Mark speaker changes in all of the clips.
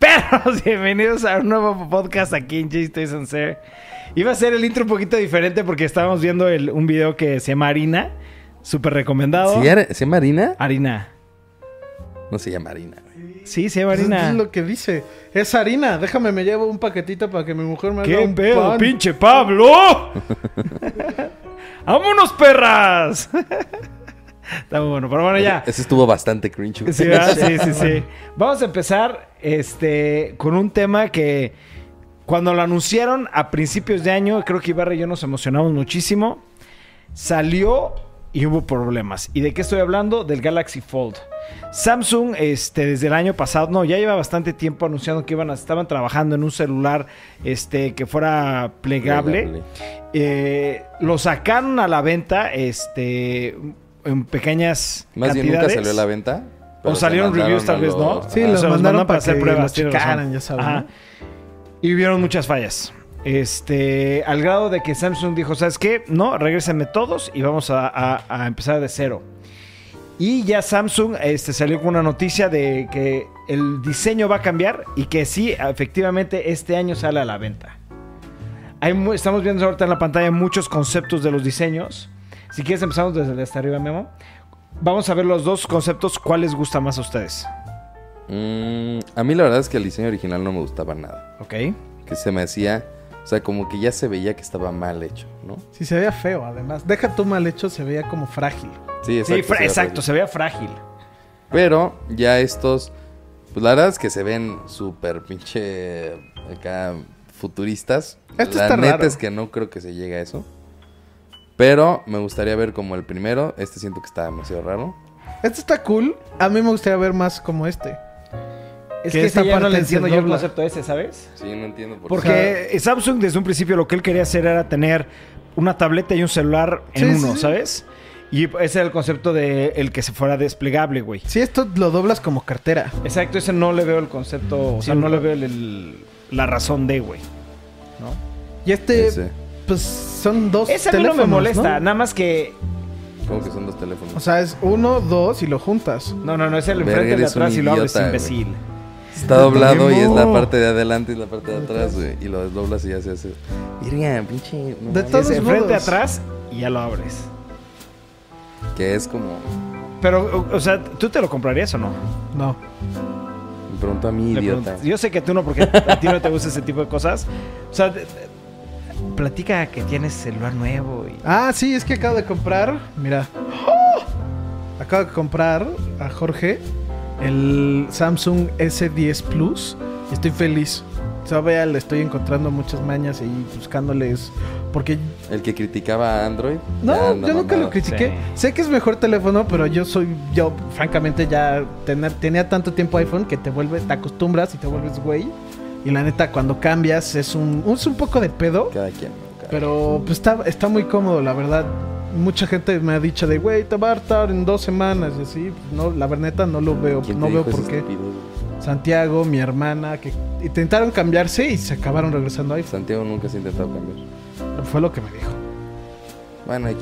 Speaker 1: amigos, bienvenidos a un nuevo podcast aquí en J Station Sir. Iba a ser el intro un poquito diferente porque estábamos viendo el- un video que se llama Harina, súper recomendado.
Speaker 2: ¿Sí era- ¿Se llama harina?
Speaker 1: Harina.
Speaker 2: No se llama harina, güey.
Speaker 1: Sí, se llama
Speaker 3: Pues
Speaker 1: Harina.
Speaker 3: Es lo que dice. Es harina. Déjame, me llevo un paquetito para que mi mujer me haga
Speaker 1: ¡Qué
Speaker 3: un
Speaker 1: pedo,
Speaker 3: pan.
Speaker 1: pinche Pablo! ¡Vámonos, perras! Está muy bueno, pero bueno, ya.
Speaker 2: Ese estuvo bastante cringe. güey.
Speaker 1: Sí, ¿verdad? sí, sí, sí. Vamos a empezar este, con un tema que cuando lo anunciaron a principios de año, creo que Ibarra y yo nos emocionamos muchísimo. Salió y hubo problemas. ¿Y de qué estoy hablando? Del Galaxy Fold. Samsung, este, desde el año pasado, no, ya lleva bastante tiempo anunciando que iban a- estaban trabajando en un celular este, que fuera plegable.
Speaker 2: Plegable.
Speaker 1: Eh, lo sacaron a la venta, este, en pequeñas
Speaker 2: Más bien nunca
Speaker 1: cantidades.
Speaker 2: salió a la venta. pero
Speaker 1: O
Speaker 2: se
Speaker 1: salieron
Speaker 2: mandaron
Speaker 1: reviews
Speaker 2: a
Speaker 1: tal vez, ¿no? Ah,
Speaker 2: los-
Speaker 3: Sí,
Speaker 2: Ajá.
Speaker 3: los
Speaker 1: Se
Speaker 3: mandaron para que los
Speaker 1: tienes razón.
Speaker 3: checaran, ya sabes,
Speaker 1: Ajá.
Speaker 3: ¿no?
Speaker 1: Y hubieron muchas fallas. Este, al grado de que Samsung dijo, ¿sabes qué? No, regrésenme todos y vamos a, a- a empezar de cero. Y ya Samsung este, salió con una noticia de que el diseño va a cambiar y que sí, efectivamente, este año sale a la venta. Hay mu- estamos viendo ahorita en la pantalla muchos conceptos de los diseños. Si quieres empezamos desde el de hasta arriba, Memo. Vamos a ver los dos conceptos, ¿cuál les gusta más a ustedes?
Speaker 2: Mm, a mí la verdad es que el diseño original no me gustaba nada.
Speaker 1: ¿Ok?
Speaker 2: Que se me hacía... O sea, como que ya se veía que estaba mal hecho, ¿no?
Speaker 3: Sí, se veía feo, además. Deja tú mal hecho, se veía como frágil.
Speaker 2: Sí,
Speaker 1: Sí,
Speaker 2: exacto.
Speaker 1: fra-
Speaker 2: se
Speaker 1: exacto,
Speaker 2: ve-
Speaker 1: se veía frágil.
Speaker 2: Pero ya estos... Pues la verdad es que se ven súper pinche... Acá futuristas.
Speaker 3: Esto
Speaker 2: la
Speaker 3: está
Speaker 2: neta
Speaker 3: raro.
Speaker 2: es que no creo que se llegue a eso. Pero me gustaría ver como el primero. Este siento que está demasiado raro.
Speaker 3: Este está cool. A mí me gustaría ver más como este.
Speaker 1: Es
Speaker 3: Que
Speaker 1: que
Speaker 3: esta
Speaker 1: esta ya no
Speaker 3: parte
Speaker 1: le
Speaker 3: se
Speaker 1: entiendo yo el
Speaker 3: dobla.
Speaker 1: concepto ese, ¿sabes?
Speaker 2: Sí, no entiendo por
Speaker 1: Porque eh, Samsung desde un principio lo que él quería hacer era tener una tableta y un celular en
Speaker 3: Sí, sí,
Speaker 1: uno,
Speaker 3: sí.
Speaker 1: ¿sabes? Y ese era el concepto de el que se fuera desplegable, güey.
Speaker 3: Si esto lo doblas como cartera.
Speaker 1: Exacto, ese no le veo el concepto, o sea,
Speaker 3: Sí,
Speaker 1: no
Speaker 3: no.
Speaker 1: le veo el- el- la razón de, güey. ¿No?
Speaker 3: Y este,
Speaker 2: Sí, sí.
Speaker 3: pues son dos
Speaker 1: Esa a mí no
Speaker 3: teléfonos,
Speaker 1: me molesta,
Speaker 3: ¿no?
Speaker 1: nada más que...
Speaker 2: ¿Cómo que son dos teléfonos?
Speaker 3: O sea, es uno, dos y lo juntas.
Speaker 1: No, no, no, es el
Speaker 2: Verga,
Speaker 1: enfrente de
Speaker 2: eres un
Speaker 1: atrás y lo abres,
Speaker 2: idiota,
Speaker 1: imbécil.
Speaker 2: Está doblado y es la
Speaker 3: ¡Demo!
Speaker 2: parte de adelante y la parte de atrás, güey. Y lo desdoblas y ya se hace. Virga, pinche. no
Speaker 3: De
Speaker 2: mames.
Speaker 3: todos
Speaker 1: Es enfrente
Speaker 3: modos.
Speaker 1: atrás y ya lo abres.
Speaker 2: Que es como.
Speaker 1: Pero, o- o sea, ¿tú te lo comprarías o no?
Speaker 3: No.
Speaker 2: Me pregunto a mí,
Speaker 1: Le
Speaker 2: idiota.
Speaker 1: preguntas. Yo sé que tú no, porque a ti no te gusta ese tipo de cosas. O sea, de- de- platica que tienes celular nuevo y...
Speaker 3: Ah, sí, es que acabo de comprar. Mira. ¡Oh! Acabo de comprar a Jorge el Samsung S10 Plus. y Estoy feliz. Todavía le estoy encontrando muchas mañas y buscándoles. Porque.
Speaker 2: El que criticaba a Android.
Speaker 3: No,
Speaker 2: ya
Speaker 3: yo
Speaker 2: anda
Speaker 3: nunca
Speaker 2: mamado.
Speaker 3: lo critiqué. Sé que es mejor teléfono, pero yo soy. Yo, francamente, ya tener- tenía tanto tiempo iPhone que te vuelves, te acostumbras y te vuelves güey. Y la neta, cuando cambias, es un, es un poco de pedo.
Speaker 2: Cada quien. ¿no? Cada-
Speaker 3: Pero pues, está, está muy cómodo, la verdad. Mucha gente me ha dicho de, güey, te va a hartar en dos semanas y así. pues, No, la verdad no lo veo,
Speaker 2: ¿Quién te
Speaker 3: no veo
Speaker 2: dijo esa
Speaker 3: por qué.
Speaker 2: estupidez, güey?
Speaker 3: Santiago, mi hermana, que intentaron cambiarse y se acabaron regresando a iPhone.
Speaker 2: Santiago nunca se ha intentado cambiar.
Speaker 3: Fue lo que me dijo.
Speaker 2: Bueno, X.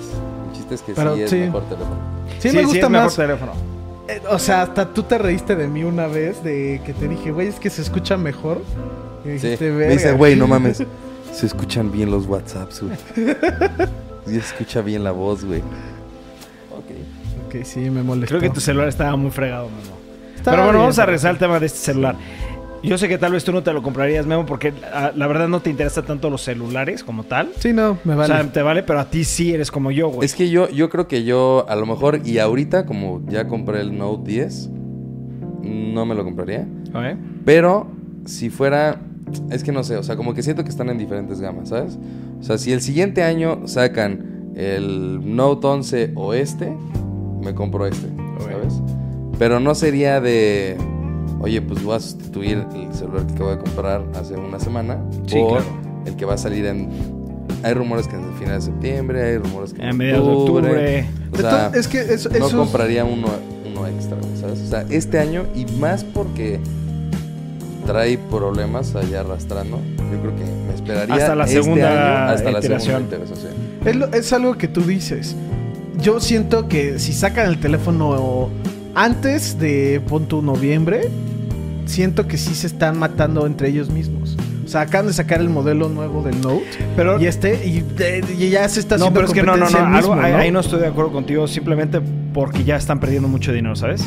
Speaker 2: El chiste es que
Speaker 3: Pero
Speaker 2: sí es
Speaker 3: sí.
Speaker 2: mejor teléfono.
Speaker 3: Sí, me gusta
Speaker 1: es mejor
Speaker 3: más.
Speaker 1: teléfono.
Speaker 3: eh, o sea, hasta tú te reíste de mí una vez de que te dije, güey, es que se escucha mejor. Y
Speaker 2: Sí.
Speaker 3: dijiste,
Speaker 2: Me
Speaker 3: "Verga".
Speaker 2: dice, güey, no mames. Se escuchan bien los WhatsApps, güey. Se escucha bien la voz, güey. Ok.
Speaker 3: Ok, sí, me molestó.
Speaker 1: Creo que tu celular estaba muy fregado, Memo.
Speaker 3: Estaba
Speaker 1: Pero bueno,
Speaker 3: bien,
Speaker 1: vamos a
Speaker 3: pero-
Speaker 1: regresar al tema de este celular. Yo sé que tal vez tú no te lo comprarías, Memo, porque ah, la verdad no te interesan tanto los celulares como tal.
Speaker 3: Sí, no, me vale.
Speaker 1: O sea, te vale, pero a ti sí eres como yo, güey.
Speaker 2: Es que yo, yo creo que yo, a lo mejor, y ahorita, como ya compré el Note 10, no me lo compraría.
Speaker 1: ¿Eh?
Speaker 2: Pero si fuera. Es que no sé, o sea, como que siento que están en diferentes gamas, ¿sabes? O sea, si el siguiente año sacan el Note 11 o este, me compro este, ¿sabes? Pero no sería de. Oye, pues voy a sustituir el celular que acabo de comprar hace una semana
Speaker 1: Sí,
Speaker 2: por
Speaker 1: claro.
Speaker 2: el que va a salir en. Hay rumores que en el final de septiembre, hay rumores que en
Speaker 1: A mediados de octubre.
Speaker 2: O sea,
Speaker 3: Entonces, es que eso,
Speaker 2: no
Speaker 3: eso es-
Speaker 2: compraría uno, uno extra, güey, ¿sabes? O sea, este año y más porque trae problemas allá arrastrando. Yo creo que me esperaría
Speaker 1: Hasta la
Speaker 2: este
Speaker 1: segunda
Speaker 2: año, hasta la segunda
Speaker 1: iteración.
Speaker 2: iteración.
Speaker 3: Es, lo- es algo que tú dices. Yo siento que si sacan el teléfono antes de pon tú, noviembre, siento que sí se están matando entre ellos mismos. O sea, acaban de sacar el modelo nuevo del Note.
Speaker 1: Pero-
Speaker 3: y este, y, y ya se está
Speaker 1: No,
Speaker 3: haciendo
Speaker 1: pero es que no, no, no,
Speaker 3: competencia al
Speaker 1: algo-
Speaker 3: mismo,
Speaker 1: ahí,
Speaker 3: ¿no?
Speaker 1: ahí no estoy de acuerdo contigo, simplemente porque ya están perdiendo mucho dinero, ¿sabes?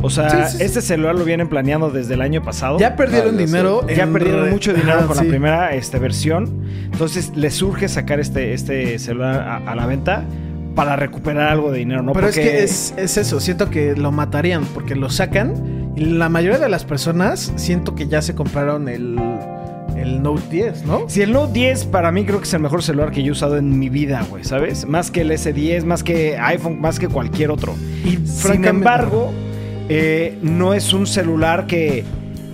Speaker 1: O sea,
Speaker 3: Sí, sí, sí.
Speaker 1: este celular lo vienen planeando desde el año pasado.
Speaker 3: Ya perdieron
Speaker 2: Ah, ya sé.
Speaker 3: dinero.
Speaker 1: Ya
Speaker 3: en
Speaker 1: perdieron
Speaker 3: re-
Speaker 1: mucho dinero
Speaker 3: Ajá,
Speaker 1: con
Speaker 3: sí.
Speaker 1: la primera este, versión. Entonces les surge sacar este, este celular a, a la venta para recuperar algo de dinero, ¿no?
Speaker 3: Pero es
Speaker 1: Porque-
Speaker 3: que es, es eso, siento que lo matarían porque lo sacan y la mayoría de las personas siento que ya se compraron el, el Note 10, ¿no?
Speaker 1: Si el Note 10 para mí creo que es el mejor celular que yo he usado en mi vida, güey, ¿sabes? Más que el S10, más que iPhone, más que cualquier otro.
Speaker 3: Y
Speaker 1: Sin
Speaker 3: francamente-
Speaker 1: embargo, eh, no es un celular que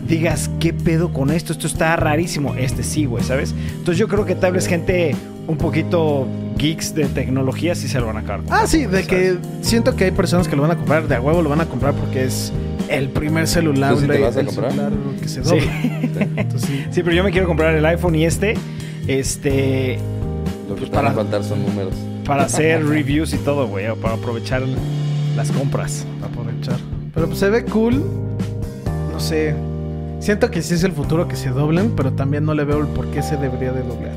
Speaker 1: digas, ¿qué pedo con esto? Esto está rarísimo. Este sí, güey, ¿sabes? Entonces yo creo que tal vez gente un poquito geeks de tecnología sí se lo van a acabar.
Speaker 3: Ah, sí, de que siento que hay personas que lo van a comprar, de a huevo lo van a comprar porque es el primer celular,
Speaker 2: ¿Tú sí te
Speaker 3: güey,
Speaker 2: lo vas a
Speaker 3: el
Speaker 2: comprar?
Speaker 3: celular que se
Speaker 1: Sí.
Speaker 3: dobla. Entonces, sí.
Speaker 1: Sí, pero yo me quiero comprar el iPhone y este, este,
Speaker 2: Lo que
Speaker 1: Pues
Speaker 2: te van
Speaker 1: para-
Speaker 2: a faltar son números.
Speaker 1: para hacer reviews y todo, güey, o para aprovechar las compras.
Speaker 3: para aprovechar. Pero pues se ve cool. No sé. Siento que sí es el futuro que se doblen, pero también no le veo el por qué se debería de doblar.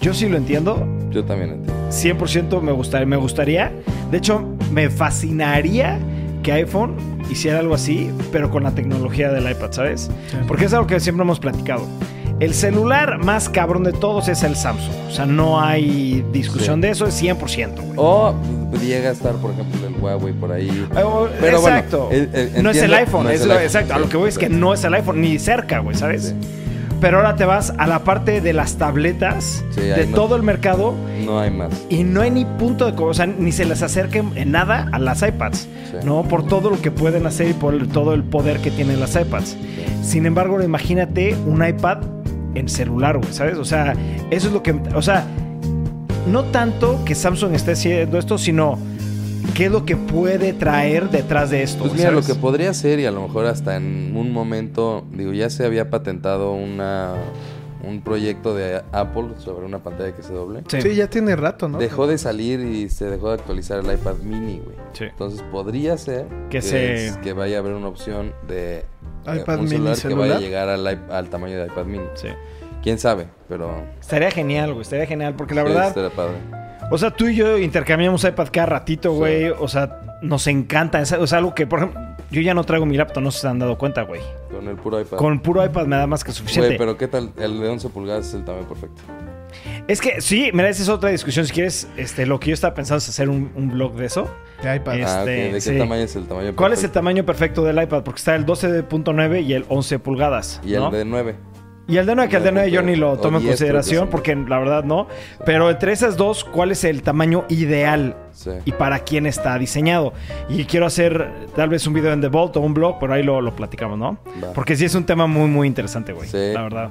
Speaker 1: Yo sí lo entiendo,
Speaker 2: Yo también entiendo.
Speaker 1: 100% me gustaría, me gustaría. De hecho, me fascinaría que iPhone hiciera algo así, pero con la tecnología del iPad, ¿sabes? Porque es algo que siempre hemos platicado. El celular más cabrón de todos es el Samsung. O sea, no hay discusión
Speaker 2: Sí.
Speaker 1: de eso, es 100%, güey.
Speaker 2: O llega a estar, por ejemplo, el Huawei por ahí.
Speaker 1: Eh, o-
Speaker 2: Pero bueno,
Speaker 1: exacto.
Speaker 2: el- el-
Speaker 1: no es el
Speaker 2: entiendo-
Speaker 1: iPhone,
Speaker 2: no
Speaker 1: es
Speaker 2: es el
Speaker 1: lo-
Speaker 2: iPhone,
Speaker 1: exacto. A lo
Speaker 2: sí,
Speaker 1: que voy es que
Speaker 2: exacto.
Speaker 1: no es el iPhone, ni cerca, güey, ¿sabes?
Speaker 2: Sí.
Speaker 1: Pero ahora te vas a la parte de las tabletas,
Speaker 2: Sí, ahí
Speaker 1: de
Speaker 2: no-
Speaker 1: todo el mercado,
Speaker 2: No hay más.
Speaker 1: y no hay ni punto de co- o sea, ni se les acerca en nada a las iPads,
Speaker 2: Sí.
Speaker 1: ¿no? Por todo lo que pueden hacer y por el- todo el poder que tienen las iPads. Sin embargo, imagínate un iPad en celular, güey, ¿sabes? O sea, eso es lo que, o sea, no tanto que Samsung esté haciendo esto, sino qué es lo que puede traer detrás de esto.
Speaker 2: Pues
Speaker 1: güey,
Speaker 2: mira, lo
Speaker 1: ¿sabes?
Speaker 2: que podría ser, y a lo mejor hasta en un momento, digo, ya se había patentado una, un proyecto de Apple sobre una pantalla que se doble.
Speaker 1: Sí.
Speaker 3: Sí, ya tiene rato, ¿no?
Speaker 2: Dejó de salir y se dejó de actualizar el iPad mini, güey.
Speaker 1: Sí.
Speaker 2: Entonces podría ser
Speaker 1: Que se-
Speaker 2: es- que vaya a haber una opción de eh,
Speaker 3: iPad
Speaker 2: un celular,
Speaker 3: mini
Speaker 2: que vaya
Speaker 3: celular.
Speaker 2: a llegar al, iP- al tamaño de iPad mini.
Speaker 1: Sí.
Speaker 2: Quién sabe, pero
Speaker 1: Estaría genial, güey, estaría genial, porque la
Speaker 2: sí,
Speaker 1: verdad...
Speaker 2: estaría padre.
Speaker 1: O sea, tú y yo intercambiamos iPad cada ratito,
Speaker 2: Sí.
Speaker 1: güey. O sea, nos encanta. Es, es algo que, por ejemplo, yo ya no traigo mi laptop, no se han dado cuenta, güey.
Speaker 2: Con el puro iPad.
Speaker 1: Con puro iPad me da más que
Speaker 2: Güey,
Speaker 1: suficiente.
Speaker 2: pero ¿qué tal? El de 11 pulgadas es el tamaño perfecto.
Speaker 1: Es que sí, mira, esa es otra discusión. Si quieres, este, lo que yo estaba pensando es hacer un, un blog de eso.
Speaker 3: De iPad.
Speaker 1: Eh,
Speaker 2: ah, ok.
Speaker 1: Este,
Speaker 2: ¿De qué
Speaker 1: sí.
Speaker 2: tamaño es el tamaño
Speaker 1: ¿Cuál es el
Speaker 2: perfecto?
Speaker 1: tamaño perfecto del iPad? Porque está el 12.9 y el 11 pulgadas.
Speaker 2: Y el
Speaker 1: ¿no?
Speaker 2: de 9.
Speaker 1: Y el de 9, que el de 9 yo ni lo
Speaker 2: O
Speaker 1: tomo en
Speaker 2: 10 creo que
Speaker 1: consideración,
Speaker 2: son.
Speaker 1: porque la verdad no. Pero entre esas dos, ¿cuál es el tamaño ideal
Speaker 2: Sí.
Speaker 1: y para quién está diseñado. Y quiero hacer tal vez un video en The Vault o un blog, pero ahí lo, lo platicamos, ¿no?
Speaker 2: Va.
Speaker 1: Porque sí es un tema muy, muy interesante, güey.
Speaker 2: Sí.
Speaker 1: La verdad.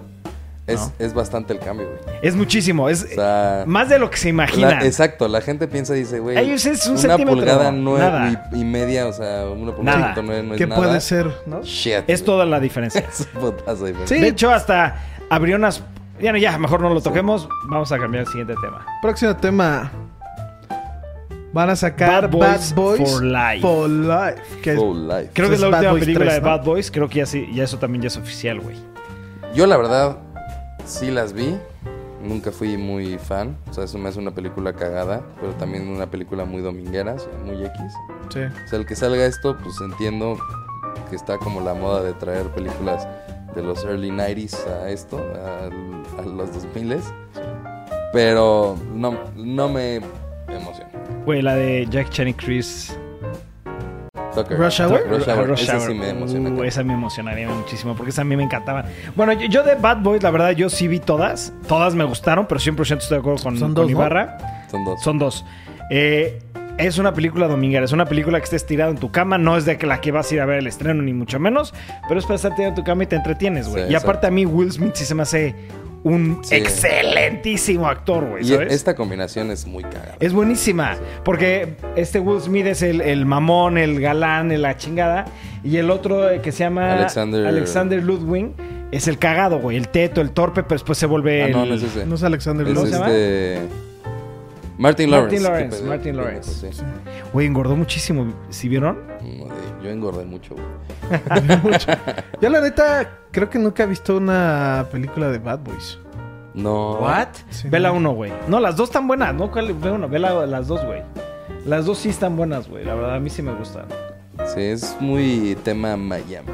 Speaker 2: Es,
Speaker 1: No.
Speaker 2: es bastante el cambio, güey.
Speaker 1: Es muchísimo, es
Speaker 2: O sea,
Speaker 1: más de lo que se
Speaker 2: la-
Speaker 1: imagina.
Speaker 2: exacto, la gente piensa y dice, güey,
Speaker 1: Ahí es- es un
Speaker 2: una
Speaker 1: centímetro,
Speaker 2: pulgada nueve
Speaker 1: nada.
Speaker 2: y, y media, o sea, una
Speaker 1: Nada.
Speaker 2: pulgada no es- no es
Speaker 3: ¿Qué
Speaker 2: nada.
Speaker 3: puede ser, no?
Speaker 2: Shit.
Speaker 1: Es
Speaker 2: güey.
Speaker 1: toda la diferencia.
Speaker 2: Es un putazo de diferencia.
Speaker 3: Sí.
Speaker 1: De hecho, hasta abrió unas. Ya, no, ya, mejor no lo toquemos. Vamos a cambiar al siguiente tema.
Speaker 3: Próximo tema. Van a sacar
Speaker 1: Bad
Speaker 3: Bad
Speaker 1: Boys
Speaker 3: Boys,
Speaker 1: for Life.
Speaker 3: for Life, que es-
Speaker 2: Full life.
Speaker 1: Creo que es
Speaker 3: Entonces,
Speaker 1: la
Speaker 3: Bad
Speaker 1: última
Speaker 3: Boys
Speaker 1: película
Speaker 3: 3,
Speaker 1: de
Speaker 3: ¿no?
Speaker 1: Bad Boys. Creo que ya, sí- ya eso también ya es oficial, güey.
Speaker 2: Yo la verdad sí las vi. Nunca fui muy fan. O sea, eso me hace una película cagada, pero también una película muy dominguera, o sea, muy X.
Speaker 3: Sí.
Speaker 2: O sea, el que salga esto, pues entiendo que está como la moda de traer películas de los early 90s a esto, al- a, los 2000s. Pero no, no me emociona.
Speaker 1: Güey, la de Jack Chan y Chris.
Speaker 2: Tucker.
Speaker 3: Rush Hour?
Speaker 2: Rush Hour.
Speaker 1: Rush
Speaker 2: Esa
Speaker 1: Hour.
Speaker 2: sí me emociona.
Speaker 1: Uh,
Speaker 2: cabrón.
Speaker 1: esa me emocionaría muchísimo porque esa a mí me encantaba. Bueno, yo, yo de Bad Boys, la verdad, yo sí vi todas. Todas me gustaron, pero 100% estoy de acuerdo con,
Speaker 3: Son
Speaker 1: con
Speaker 3: dos, ¿no?
Speaker 1: Ibarra.
Speaker 2: Son dos.
Speaker 1: Son dos. Eh, es una película dominguera, es una película que estés tirado en tu cama, no es de que la que vas a ir a ver el estreno, ni mucho menos, pero es para estar tirado en tu cama y te entretienes, güey.
Speaker 2: Sí,
Speaker 1: y
Speaker 2: exacto.
Speaker 1: aparte a mí Will Smith sí se me hace un
Speaker 2: Sí.
Speaker 1: excelentísimo actor, güey,
Speaker 2: y
Speaker 1: ¿sabes?
Speaker 2: esta combinación es muy cagada.
Speaker 1: Es buenísima, porque este Will Smith es el, el mamón, el galán, el la chingada, y el otro eh, que se llama
Speaker 2: Alexander-
Speaker 1: Alexander Ludwig es el cagado, güey, el teto, el torpe, pero después se vuelve
Speaker 2: Ah, no,
Speaker 1: el-
Speaker 2: no es ese.
Speaker 3: No es Alexander
Speaker 2: Es
Speaker 1: ¿Cómo
Speaker 3: Love.
Speaker 1: se llama?
Speaker 2: este... Martin Lawrence.
Speaker 1: Lawrence,
Speaker 2: Qué pedo-
Speaker 1: Martin
Speaker 2: qué
Speaker 1: Lawrence.
Speaker 2: pendejo, sí.
Speaker 1: Güey, engordó muchísimo, ¿sí vieron?
Speaker 2: No, de- Yo engordé mucho, güey.
Speaker 3: Mucho. Yo la neta creo que nunca he visto una película de Bad Boys.
Speaker 2: No.
Speaker 1: ¿What?
Speaker 3: Sí,
Speaker 1: Vela
Speaker 3: no.
Speaker 1: uno, güey. No, las dos están buenas, ¿no? ¿Cuál? Ve una, vela las dos, güey. Las dos sí están buenas, güey. La verdad, a mí sí me gustan.
Speaker 2: Sí, es muy tema Miami.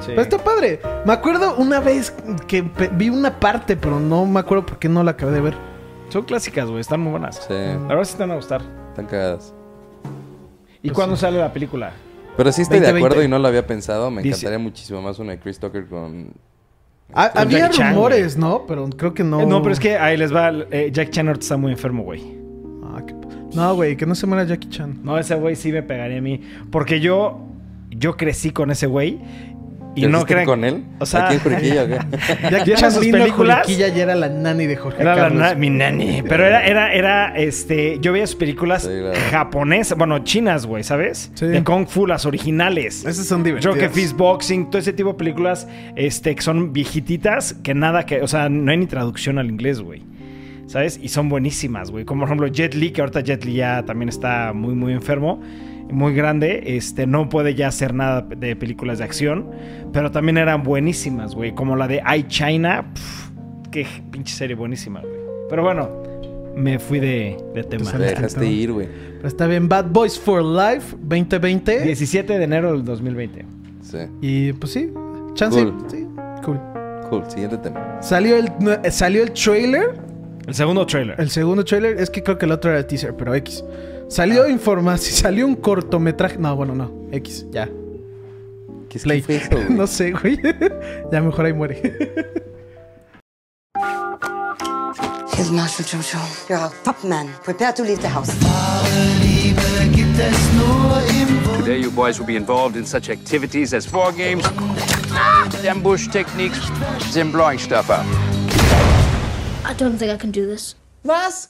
Speaker 1: Sí.
Speaker 3: Pero está padre. Me acuerdo una vez que pe- vi una parte, pero no me acuerdo por qué no la acabé de ver.
Speaker 1: Son clásicas, güey. Están muy buenas.
Speaker 2: Sí,
Speaker 1: La verdad sí te van a gustar.
Speaker 2: están cagadas.
Speaker 1: ¿Y
Speaker 3: Pues
Speaker 1: cuándo
Speaker 3: sí.
Speaker 1: sale la película?
Speaker 2: Pero sí estoy
Speaker 3: 20,
Speaker 2: de acuerdo y
Speaker 3: 20.
Speaker 2: no lo había pensado. Me
Speaker 1: Dice-
Speaker 2: encantaría muchísimo más una de Chris Tucker con.
Speaker 3: Ha-
Speaker 2: Con
Speaker 3: había
Speaker 1: Jackie Chan,
Speaker 3: rumores, ¿no? Pero creo que no.
Speaker 1: Eh, no, pero es que ahí les va. eh, Jack Chan ahorita está muy enfermo, güey.
Speaker 3: Ah, qué p- No, güey, que no se muera Jackie Chan.
Speaker 1: No, ese güey sí me pegaría a mí. Porque yo, yo crecí con ese güey. Y no
Speaker 2: ¿Creciste
Speaker 1: crean.
Speaker 2: con él?
Speaker 1: o sea-
Speaker 2: Aquí en Juriquilla, ¿o qué?
Speaker 3: Jackie
Speaker 1: ¿Vieron
Speaker 3: Chan
Speaker 1: sus
Speaker 3: vino a
Speaker 1: películas?
Speaker 3: Juriquilla y era la nani de Jorge
Speaker 1: Era la
Speaker 3: Carlos.
Speaker 1: na- mi nani. Pero era, era, era, este. Yo veía sus películas
Speaker 2: Sí, claro.
Speaker 1: japonesas, bueno, chinas, güey, ¿sabes?
Speaker 3: Sí.
Speaker 1: De Kung Fu, las originales.
Speaker 3: Esas son divertidas.
Speaker 1: Yo que Fistboxing, todo ese tipo de películas este, que son viejititas, que nada que. O sea, no hay ni traducción al inglés, güey. ¿Sabes? Y son buenísimas, güey. Como por ejemplo Jet Li, que ahorita Jet Li ya también está muy, muy enfermo, muy grande. Este, no puede ya hacer nada de películas de acción, pero también eran buenísimas, güey. Como la de I China. pf, qué pinche serie buenísima, güey. Pero bueno, me fui de, de tema.
Speaker 2: Te dejaste ir, güey.
Speaker 3: Pero está bien, Bad Boys for Life 2020.
Speaker 1: 17 de enero del 2020.
Speaker 2: Sí.
Speaker 3: Y pues sí, chance.
Speaker 2: Cool.
Speaker 3: Sí, cool.
Speaker 2: Cool, siguiente tema.
Speaker 3: Salió el, no, eh, salió el trailer.
Speaker 1: El segundo trailer.
Speaker 3: El segundo trailer es que creo que el otro era el teaser, pero X.
Speaker 1: Ah.
Speaker 3: Salió información, salió un cortometraje. No, bueno, no. X, ya.
Speaker 2: ¿Qué es
Speaker 3: Play.
Speaker 2: que fue eso, güey?
Speaker 3: no sé, güey. ya mejor ahí muere.
Speaker 4: Here's Master Jojo. You're a top man. Prepare to leave the house.
Speaker 5: Today, you boys will be involved in such activities as war games, ambush techniques, and blowing stuff up.
Speaker 6: I don't think I can do this.
Speaker 4: Russ,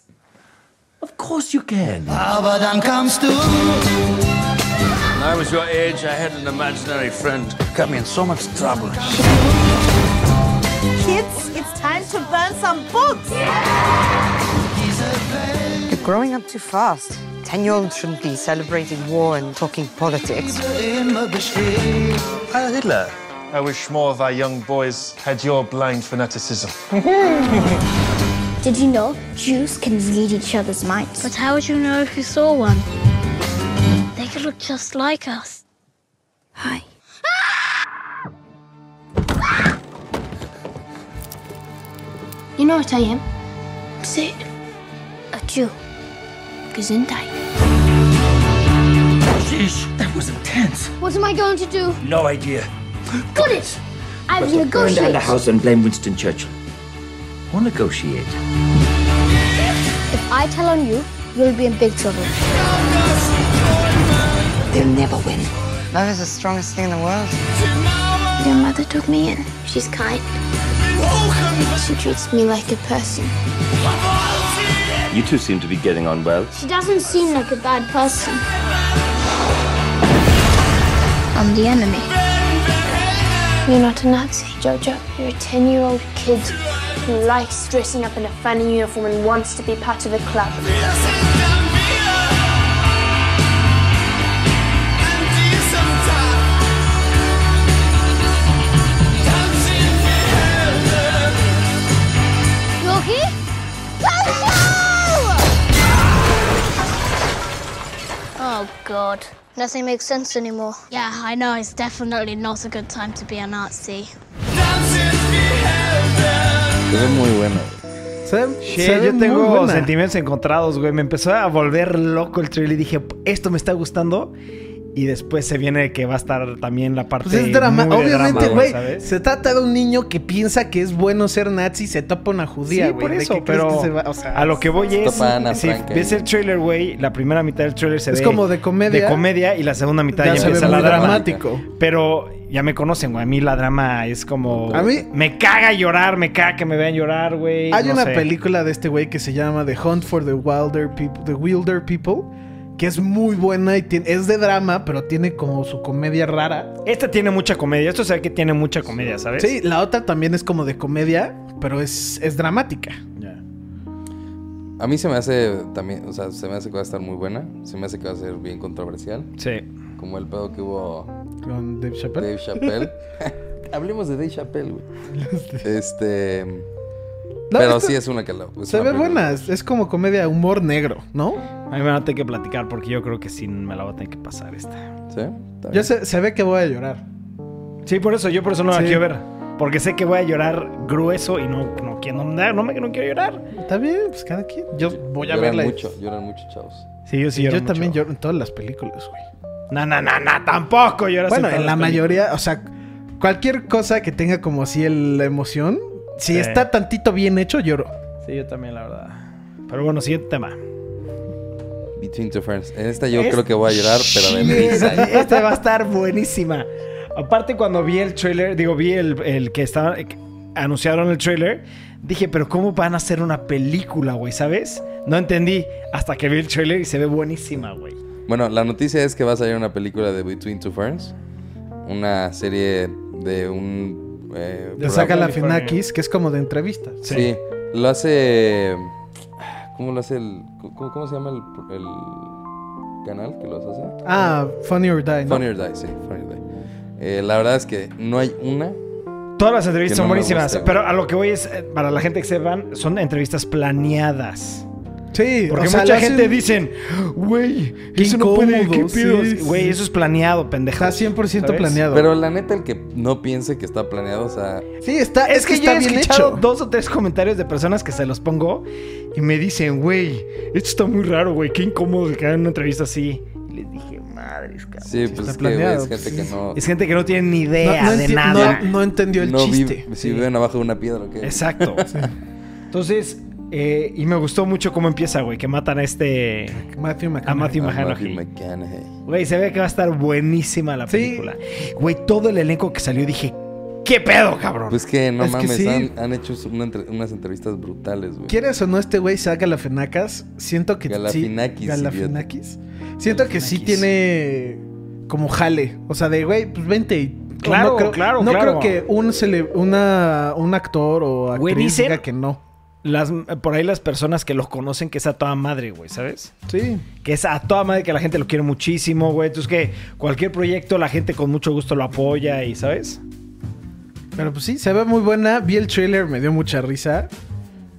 Speaker 5: When I was your age, I had an imaginary friend got me in so much trouble.
Speaker 7: Kids, it's time to burn some books.
Speaker 4: you're growing up too fast. Ten-year-olds shouldn't be celebrating war and talking politics.
Speaker 8: Heil Hitler. I wish more of our young boys had your blind fanaticism.
Speaker 6: Did you know Jews can read each other's minds? But how would you know if you saw one? They could look just like us. Hi. You know what I am? Sit. A Jew. Gesundheit.
Speaker 5: Jeez, that was intense.
Speaker 6: What am I going to do?
Speaker 5: No idea.
Speaker 6: Got it! I've negotiated.
Speaker 5: and blame Winston Churchill. Or negotiate.
Speaker 6: If I tell on you, you'll be in big trouble.
Speaker 4: They'll never win. Love is the strongest thing in the world.
Speaker 6: Your mother took me in. She's kind. She treats me like a person.
Speaker 5: You two seem to be getting on well.
Speaker 6: She doesn't seem like a bad person. I'm the enemy. You're not a Nazi, Jojo.
Speaker 9: You're a 10 year old kid who likes dressing up in a funny uniform and wants to be part of a club.
Speaker 6: You're here? Oh, God. Nothing makes sense anymore. Yeah, I know. It's definitely not a good time to be a Nazi.
Speaker 2: Se ve muy bueno, güey.
Speaker 3: Se,
Speaker 1: Sí,
Speaker 3: se ve
Speaker 1: yo
Speaker 3: muy
Speaker 1: tengo
Speaker 3: buena.
Speaker 1: sentimientos encontrados, güey. Me empezó a volver loco el trailer y dije, esto me está gustando. Y después se viene que va a estar también la parte.
Speaker 3: Pues es drama.
Speaker 1: muy de
Speaker 3: Obviamente,
Speaker 1: drama,
Speaker 3: güey.
Speaker 1: ¿sabes?
Speaker 3: Se trata de un niño que piensa que es bueno ser nazi y se topa una judía,
Speaker 1: Sí,
Speaker 3: güey.
Speaker 1: por
Speaker 3: ¿De
Speaker 1: eso,
Speaker 3: qué crees
Speaker 1: pero
Speaker 3: que se va? O sea,
Speaker 1: a lo que voy es.
Speaker 2: Topa Ana
Speaker 1: si
Speaker 2: Frank ahí.
Speaker 1: ves el trailer, güey, la primera mitad del trailer se
Speaker 3: Es
Speaker 1: ve.
Speaker 3: como de comedia.
Speaker 1: De comedia y la segunda mitad
Speaker 3: ya
Speaker 1: ya,
Speaker 3: se ve
Speaker 1: empieza
Speaker 3: muy
Speaker 1: la drama.
Speaker 3: dramático.
Speaker 1: Pero ya me conocen, güey. A mí la drama es como.
Speaker 3: A mí-
Speaker 1: Me caga llorar, me caga que me vean llorar, güey.
Speaker 3: Hay
Speaker 1: no
Speaker 3: una
Speaker 1: sé.
Speaker 3: película de este güey que se llama The Hunt for the Wilder People, the Wilder People, que es muy buena y tiene- es de drama, pero tiene como su comedia rara.
Speaker 1: Esta tiene mucha comedia. Esto se ve que tiene mucha comedia, ¿sabes?
Speaker 3: Sí, la otra también es como de comedia, pero es, es dramática.
Speaker 2: A mí se me hace también, o sea, se me hace que va a estar muy buena. Se me hace que va a ser bien controversial.
Speaker 1: Sí.
Speaker 2: como el pedo que hubo
Speaker 3: Con Dave Chappelle.
Speaker 2: Dave Chappelle. Hablemos de Dave Chappelle, güey. Este.
Speaker 3: No,
Speaker 2: pero
Speaker 3: esta-
Speaker 2: sí es una que la. es
Speaker 3: Se
Speaker 2: una
Speaker 3: ve
Speaker 2: película.
Speaker 3: buena, es- es como comedia, humor negro, ¿no?
Speaker 1: A mí me van a tener que platicar porque yo creo que sí me la voy a tener que pasar esta.
Speaker 2: ¿Sí? Está
Speaker 3: Ya
Speaker 2: bien.
Speaker 3: se, se ve que voy a llorar.
Speaker 1: Sí, por eso, yo por eso no la
Speaker 3: Sí.
Speaker 1: quiero ver. Porque sé que voy a llorar grueso y no, no, quiero, no, me- no quiero llorar.
Speaker 3: Está bien, pues cada quien. Yo voy a
Speaker 2: lloran
Speaker 3: verla. y-
Speaker 2: mucho, lloran mucho, chavos.
Speaker 1: Sí, yo sí
Speaker 3: Yo
Speaker 1: lloro
Speaker 3: también
Speaker 1: mucho.
Speaker 3: lloro en todas las películas, güey.
Speaker 1: No, no, no, no, tampoco lloras
Speaker 3: Bueno,
Speaker 1: todas
Speaker 3: en la
Speaker 1: las películas.
Speaker 3: mayoría, o sea, cualquier cosa que tenga como así el- la emoción, si
Speaker 1: Sí.
Speaker 3: está tantito bien hecho, lloro.
Speaker 1: Sí, yo también, la verdad. Pero bueno, siguiente tema.
Speaker 2: Between Two Friends. En esta yo
Speaker 1: Es-
Speaker 2: creo que voy a llorar, pero de
Speaker 1: Sí,
Speaker 2: risa.
Speaker 1: esta- Esta va a estar buenísima. Aparte, cuando vi el trailer, digo, vi el, el que estaba. eh, que anunciaron el trailer. Dije, pero ¿cómo van a hacer una película, güey? ¿Sabes? No entendí hasta que vi el trailer y se ve buenísima, güey.
Speaker 2: Bueno, la noticia es que va a salir una película de Between Two Ferns. Una serie de un. eh,
Speaker 3: Le
Speaker 2: programa-
Speaker 3: saca la
Speaker 1: California.
Speaker 3: Finakis, que es como de entrevistas.
Speaker 2: Sí. Lo hace. ¿Cómo lo hace el. ¿Cómo, cómo se llama el, el canal que los hace?
Speaker 3: Ah, Funny or Die. ¿no?
Speaker 2: Funny or Die, sí, Funny or Die. Eh, la verdad es que no hay una.
Speaker 1: Todas las entrevistas
Speaker 2: Que
Speaker 1: son
Speaker 2: no me
Speaker 1: buenísimas,
Speaker 2: guste, güey.
Speaker 1: pero a lo que voy es, eh, para la gente que se van, son entrevistas planeadas.
Speaker 3: Sí,
Speaker 1: Porque
Speaker 3: o sea,
Speaker 1: mucha
Speaker 3: le hacen-
Speaker 1: gente dicen, güey,
Speaker 3: Qué
Speaker 1: eso no puede,
Speaker 3: incómodo,
Speaker 1: ¿qué pedo?"
Speaker 3: sí,
Speaker 1: Güey,
Speaker 3: sí.
Speaker 1: eso es planeado, pendeja.
Speaker 3: Está 100%
Speaker 1: ¿Sabes?
Speaker 3: planeado.
Speaker 2: Pero la neta, el que no piense que está planeado, o sea.
Speaker 3: sí, está,
Speaker 1: Es que, yo
Speaker 3: está
Speaker 1: he
Speaker 3: bien
Speaker 1: escuchado
Speaker 3: hecho.
Speaker 1: dos o tres comentarios de personas que se los pongo y me dicen, güey, esto está muy raro, güey, qué incómodo que hagan una entrevista así. Y les dije, madres, cabrón.
Speaker 2: Sí,
Speaker 3: sí
Speaker 2: pues
Speaker 3: está
Speaker 2: es que, güey,
Speaker 3: planeado,
Speaker 2: es gente que
Speaker 3: pues,
Speaker 2: no.
Speaker 1: Es gente que no tiene ni
Speaker 3: No,
Speaker 1: idea
Speaker 3: no
Speaker 1: de
Speaker 3: enti-
Speaker 1: nada.
Speaker 3: no- no entendió el
Speaker 2: no vi-
Speaker 3: chiste.
Speaker 2: si viven abajo de una piedra, ¿o qué? Ah,
Speaker 1: Exacto. Entonces, eh, y me gustó mucho cómo empieza, güey, que matan a este...
Speaker 3: Matthew
Speaker 1: A
Speaker 3: McConaughey.
Speaker 1: Matthew
Speaker 2: Ah,
Speaker 1: McConaughey.
Speaker 2: Matthew McConaughey.
Speaker 1: Güey, se ve que va a estar buenísima la
Speaker 3: Sí.
Speaker 1: película. Güey, todo el elenco que salió dije, ¿qué pedo, cabrón?
Speaker 2: Pues que no
Speaker 3: Es que
Speaker 2: mames,
Speaker 3: sí.
Speaker 2: han, han hecho una entre- unas entrevistas brutales, güey.
Speaker 3: Quieres o no, este güey saca la Siento que sí.
Speaker 2: Galafinakis,
Speaker 3: Galafinakis. Siento que sí
Speaker 1: Galafinakis.
Speaker 3: tiene como jale. O sea, de güey, pues vente y.
Speaker 1: Claro,
Speaker 3: no creo,
Speaker 1: claro,
Speaker 3: No
Speaker 1: claro.
Speaker 3: creo que un, cele- una, un actor o actriz
Speaker 1: Güey, dicen-
Speaker 3: diga que no.
Speaker 1: Las, por ahí las personas que los conocen, que es a toda madre, güey, ¿sabes?
Speaker 3: Sí.
Speaker 1: Que es a toda madre que la gente lo quiere muchísimo, güey. Entonces que cualquier proyecto la gente con mucho gusto lo apoya y, ¿sabes?
Speaker 3: Pero pues sí, se ve muy buena. Vi el trailer, me dio mucha risa.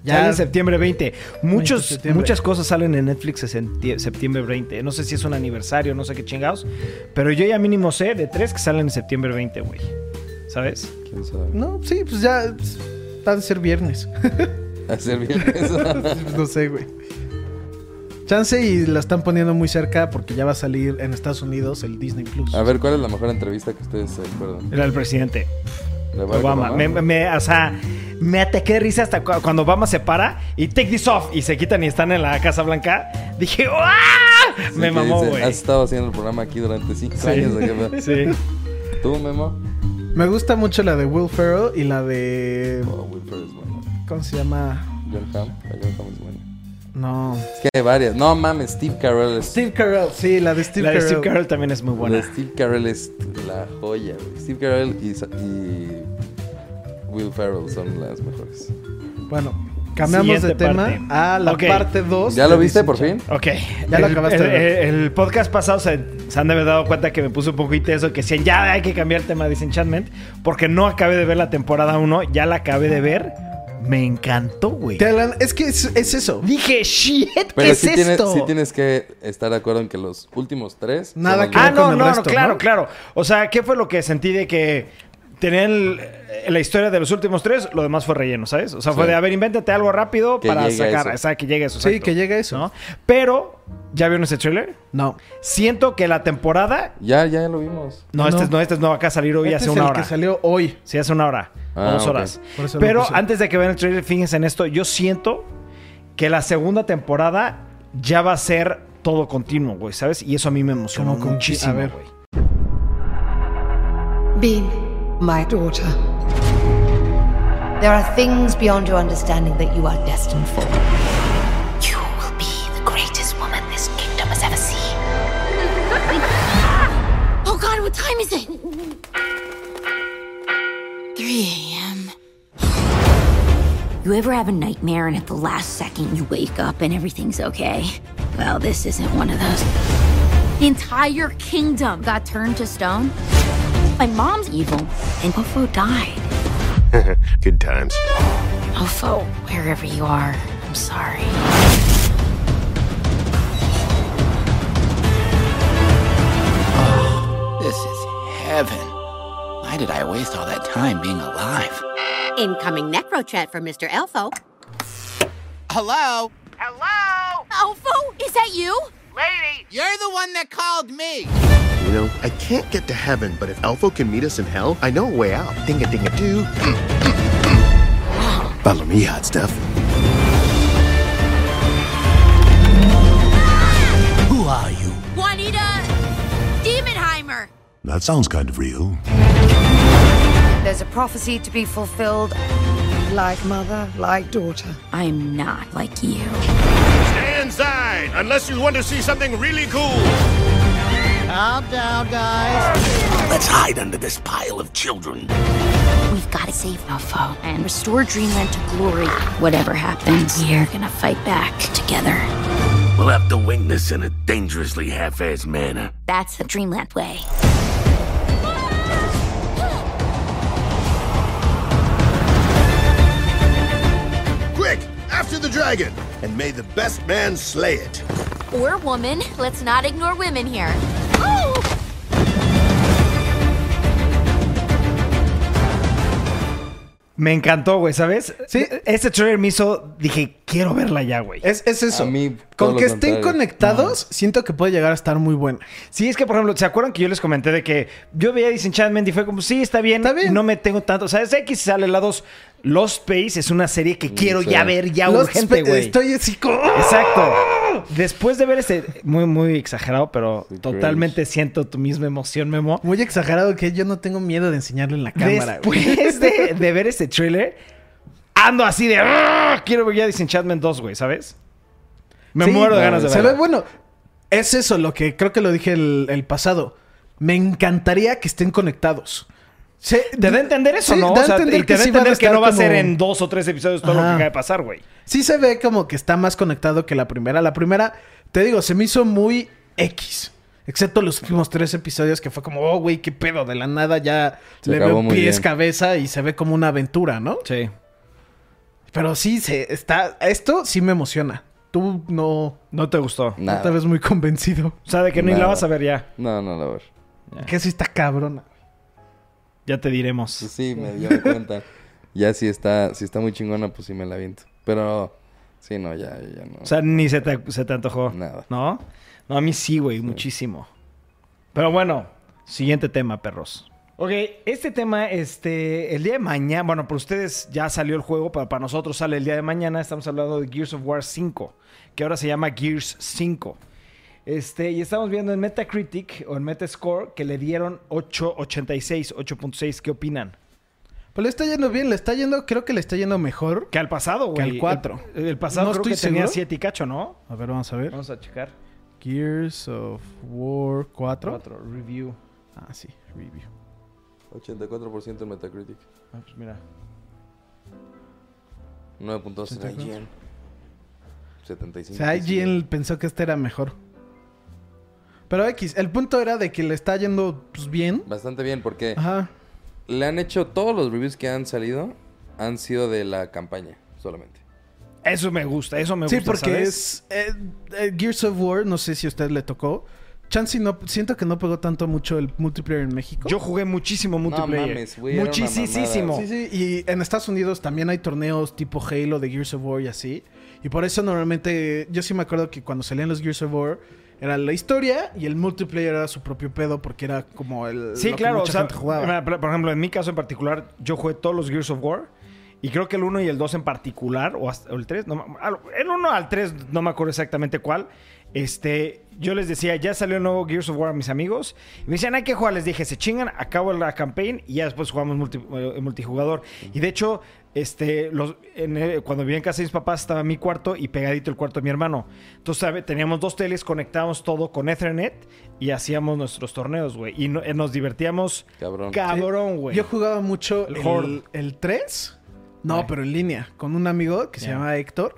Speaker 1: Ya en septiembre 20. Muchos,
Speaker 3: 20 de septiembre.
Speaker 1: Muchas cosas salen en Netflix en septi- septiembre 20. No sé si es un aniversario, no sé qué chingados. Pero yo ya mínimo sé de tres que salen en septiembre 20, güey. ¿Sabes?
Speaker 2: ¿Quién sabe?
Speaker 3: No, sí, pues ya. pues, Va a ser viernes.
Speaker 2: Hacer bien eso.
Speaker 3: no sé, güey. Chance y la están poniendo muy cerca porque ya va a salir en Estados Unidos el Disney Plus.
Speaker 2: A ver, ¿cuál es la mejor entrevista que ustedes se acuerdan?
Speaker 1: Era el presidente.
Speaker 2: ¿La Barack
Speaker 1: Obama. Me, me- o sea, me ataqué de risa hasta cu- cuando Obama se para y take this off y se quitan y están en la Casa Blanca. Dije, ¡ah!
Speaker 2: Sí,
Speaker 1: Me
Speaker 2: que
Speaker 1: mamó,
Speaker 2: dice,
Speaker 1: güey.
Speaker 2: Has estado haciendo el programa aquí durante cinco años. ¿o qué pedo?
Speaker 1: Sí.
Speaker 2: ¿Tú, Memo?
Speaker 3: Me gusta mucho la de Will Ferrell y la de.
Speaker 2: Oh, Wilfred es bueno.
Speaker 3: ¿Cómo se llama?
Speaker 2: John Hamm. la John Hamm es buena.
Speaker 3: No.
Speaker 2: Es que hay varias. No mames, Steve Carell es.
Speaker 3: Steve Carell, sí, la de Steve
Speaker 1: la de
Speaker 3: Carell.
Speaker 1: Steve Carell también es muy
Speaker 2: la
Speaker 1: buena.
Speaker 2: de Steve Carell es la joya, güey. Steve Carell y, Sa- y Will Ferrell son las mejores.
Speaker 3: Bueno, cambiamos de
Speaker 1: Siguiente
Speaker 3: tema
Speaker 1: parte.
Speaker 3: a la
Speaker 1: Ok.
Speaker 3: parte 2.
Speaker 2: ¿Ya lo viste por fin?
Speaker 1: Ok.
Speaker 3: Ya lo
Speaker 1: El-
Speaker 3: acabaste
Speaker 1: El,
Speaker 3: de ver.
Speaker 1: el- el podcast pasado se, se han de haber dado cuenta que me puse un poco intenso, que decían, ya hay que cambiar el tema de Disenchantment, porque no acabé de ver la temporada 1, ya la acabé de ver. Me encantó, güey.
Speaker 3: Es que es, es eso.
Speaker 1: Dije, shit, ¿qué
Speaker 2: Pero
Speaker 1: es
Speaker 2: sí,
Speaker 1: esto?
Speaker 2: tienes, sí tienes que estar de acuerdo en que los últimos tres. son
Speaker 3: Nada que-
Speaker 2: los
Speaker 1: Ah,
Speaker 3: con
Speaker 1: no,
Speaker 3: el
Speaker 1: no,
Speaker 3: resto,
Speaker 1: no, claro,
Speaker 3: ¿no?
Speaker 1: claro. O sea, ¿qué fue lo que sentí de que tenían el- eh, la historia de los últimos tres? Lo demás fue relleno, ¿sabes? O sea, fue
Speaker 2: Sí.
Speaker 1: de, a ver, invéntate algo rápido
Speaker 2: Que
Speaker 1: para
Speaker 2: llegue a
Speaker 1: sacar,
Speaker 2: eso.
Speaker 1: o sea, que llegue eso.
Speaker 3: Sí,
Speaker 1: exacto,
Speaker 3: que llegue a eso.
Speaker 1: ¿no? Pero, ¿ya vieron ese trailer?
Speaker 3: No.
Speaker 1: Siento que la temporada...
Speaker 2: Ya, ya lo vimos.
Speaker 1: No,
Speaker 3: No.
Speaker 1: este es- no, este es nuevo, acá salir hoy
Speaker 3: Este
Speaker 1: hace
Speaker 3: es
Speaker 1: una
Speaker 3: el
Speaker 1: hora.
Speaker 3: que salió hoy.
Speaker 1: Sí, hace una hora.
Speaker 2: Ah,
Speaker 1: o dos
Speaker 2: ok.
Speaker 1: horas.
Speaker 3: Por eso lo
Speaker 1: Pero
Speaker 3: puse.
Speaker 1: antes de que vean el trailer, fíjense en esto. Yo siento que la segunda temporada ya va a ser todo continuo, güey, ¿sabes? Y eso a mí me emocionó
Speaker 3: ¿Cómo conti-
Speaker 1: muchísimo,
Speaker 3: a ver?
Speaker 1: güey.
Speaker 4: Bean, my daughter. There are things beyond your understanding that you are destined for.
Speaker 6: You will be the greatest woman this kingdom has ever seen. oh god, what time is it? 3 a.m. You ever have a nightmare and at the last second you wake up and everything's okay? Well, this isn't one of those.
Speaker 10: The entire kingdom got turned to stone. My mom's evil, and Ofo died.
Speaker 11: Good times.
Speaker 10: Ofo, wherever you are, I'm sorry.
Speaker 12: This is heaven. Why did I waste all that time being alive?
Speaker 13: Incoming necro chat from Mr. Elfo.
Speaker 12: Hello?
Speaker 14: Hello?
Speaker 10: Elfo, is that you?
Speaker 14: Lady!
Speaker 12: You're the one that called me!
Speaker 11: You know, I can't get to heaven, but if Elfo can meet us in hell, I know a way out. Ding a ding a doo. Follow me, hot stuff.
Speaker 12: Who are you?
Speaker 10: Juanita Demonheimer!
Speaker 11: That sounds kind of real.
Speaker 4: There's a prophecy to be fulfilled. Like mother, like daughter.
Speaker 10: I'm not like you.
Speaker 11: Stay inside unless you want to see something really cool.
Speaker 12: Calm down, guys. Let's hide under this pile of children.
Speaker 10: We've got to save Elfo and restore Dreamland to glory. Whatever happens, we're gonna fight back together.
Speaker 12: We'll have to wing this in a dangerously half-assed manner.
Speaker 10: That's the Dreamland way.
Speaker 11: Quick, after the dragon, and may the best man slay it.
Speaker 10: Or woman. Let's not ignore women here.
Speaker 1: Me encantó, güey, ¿sabes? Sí. Este trailer me hizo. Dije, quiero verla ya, güey.
Speaker 3: Es, es eso.
Speaker 2: A mí, todo
Speaker 3: Con
Speaker 2: lo
Speaker 3: que estén
Speaker 2: contrario.
Speaker 3: conectados, siento que puede llegar a estar muy buena.
Speaker 1: Sí, es que, por ejemplo, ¿se acuerdan que yo les comenté de que yo veía Disenchantment y fue como, sí, está bien, no me tengo tanto. O sea, sé que si sale la 2, Lost Space es una serie que quiero
Speaker 2: sí.
Speaker 1: ya ver, ya
Speaker 3: Los
Speaker 1: urgente,
Speaker 3: espe-
Speaker 1: güey.
Speaker 3: Estoy así como- "Ah".
Speaker 1: Exacto. Después de ver este, muy, muy exagerado, pero totalmente siento tu misma emoción, Memo.
Speaker 3: Muy exagerado que yo no tengo miedo de enseñarle en la cámara, güey.
Speaker 1: Después de, de ver este trailer, ando así de, "Ah, quiero ver ya Disenchantment 2, güey, ¿sabes? Me
Speaker 3: Sí,
Speaker 1: muero de ganas de
Speaker 3: Se
Speaker 1: verla.
Speaker 3: ve bueno. Es eso lo que creo que lo dije el, el pasado. Me encantaría que estén conectados. Se-
Speaker 1: Te da a entender eso,
Speaker 3: Sí,
Speaker 1: ¿no?
Speaker 3: Da
Speaker 1: O
Speaker 3: a
Speaker 1: sea,
Speaker 3: entender
Speaker 1: y te
Speaker 3: que,
Speaker 1: da a
Speaker 3: sí van a
Speaker 1: entender que
Speaker 3: estar
Speaker 1: no va a
Speaker 3: como-
Speaker 1: ser en dos o tres episodios todo lo
Speaker 3: Ajá.
Speaker 1: que acaba de pasar, güey.
Speaker 3: Sí se ve como que está más conectado que la primera. La primera, te digo, se me hizo muy X. Excepto los últimos tres episodios que fue como, oh, güey, qué pedo. De la nada ya
Speaker 2: Se
Speaker 3: le
Speaker 2: acabó
Speaker 3: veo
Speaker 2: muy
Speaker 3: pies,
Speaker 2: bien.
Speaker 3: cabeza y se ve como una aventura, ¿no?
Speaker 1: Sí.
Speaker 3: Pero sí, se está... Esto sí me emociona. Tú no...
Speaker 1: No te gustó.
Speaker 3: no te
Speaker 2: Nada.
Speaker 3: ves muy convencido.
Speaker 1: O sea, de que ni la
Speaker 2: Nada.
Speaker 1: vas a ver ya.
Speaker 2: No, no, la ver.
Speaker 1: Ah.
Speaker 3: Que sí está cabrona.
Speaker 1: Ya te
Speaker 2: Sí,
Speaker 1: diremos.
Speaker 2: Pues sí, me, ya me cuentan. Ya si está, si está muy chingona, pues sí me la viento. Pero, sí, no, ya, ya no.
Speaker 1: O sea, ni se te, se te antojó.
Speaker 2: Nada.
Speaker 1: ¿No? No, a mí sí, güey, muchísimo. Pero bueno, siguiente tema, perros. Ok, este tema, este, el día de mañana, bueno, para ustedes ya salió el juego, para, para nosotros sale el día de mañana, estamos hablando de Gears of War 5, que ahora se llama Gears 5. Este, y estamos viendo en Metacritic o en Metascore que le dieron 8.86, 8.6, ¿qué opinan?
Speaker 3: Pues le está yendo bien, le está yendo, creo que le está yendo mejor.
Speaker 1: Que al pasado, güey.
Speaker 3: Que al cuatro.
Speaker 1: El, el pasado
Speaker 3: No
Speaker 1: creo
Speaker 3: estoy
Speaker 1: que tenía
Speaker 3: seguro.
Speaker 1: 7 y cacho, ¿no?
Speaker 3: A ver, vamos a ver.
Speaker 1: Vamos a checar.
Speaker 3: Gears of War 4.
Speaker 1: 4, review.
Speaker 3: Ah, sí, review.
Speaker 2: 84% en Metacritic.
Speaker 1: Ah, pues mira.
Speaker 2: 9.2 en IGN. 75.
Speaker 3: O sea, IGN pensó que este era mejor. Pero X, el punto era de que le está yendo pues, bien.
Speaker 2: Bastante bien, porque
Speaker 3: Ajá.
Speaker 2: le han hecho todos los reviews que han salido han sido de la campaña solamente.
Speaker 1: Eso me gusta, eso me
Speaker 3: Sí,
Speaker 1: gusta.
Speaker 3: porque
Speaker 1: ¿sabes?
Speaker 3: es eh, eh, Gears of War, no sé si a usted le tocó. Chansey no siento que no pegó tanto mucho el multiplayer en México.
Speaker 1: Yo jugué muchísimo multiplayer.
Speaker 2: mames, güey, era una
Speaker 1: Muchisísimo.
Speaker 2: mamada.
Speaker 3: Sí, sí, y en Estados Unidos también hay torneos tipo Halo de Gears of War y así. Y por eso normalmente, yo sí me acuerdo que cuando salían los Gears of War, era la historia y el multiplayer era su propio pedo porque era como el.
Speaker 1: Sí,
Speaker 3: lo que
Speaker 1: claro.
Speaker 3: mucha
Speaker 1: o sea,
Speaker 3: gente jugaba.
Speaker 1: mira, por por ejemplo, en mi caso en particular, yo jugué todos los Gears of War. Y creo que el 1 y el 2 en particular, o, hasta- o el 3, no, me- al- el 1 al 3 no me acuerdo exactamente cuál. Este, yo les decía, ya salió el nuevo Gears of War a mis amigos. Y me decían, hay que jugar. Les dije, se chingan, acabo la campaign y ya después jugamos multi- eh, multijugador. Y de hecho, este, los, en el- cuando vivía en casa de mis papás estaba mi cuarto y pegadito el cuarto de mi hermano. Entonces ¿sabe? teníamos dos teles, conectábamos todo con Ethernet y hacíamos nuestros torneos, güey. Y no- eh, nos divertíamos
Speaker 2: Cabrón.
Speaker 1: cabrón, güey.
Speaker 3: Yo jugaba mucho
Speaker 1: El
Speaker 3: el,
Speaker 1: Horde.
Speaker 3: el 3. No, pero en línea. Con un amigo que se
Speaker 1: Ya.
Speaker 3: llama Héctor.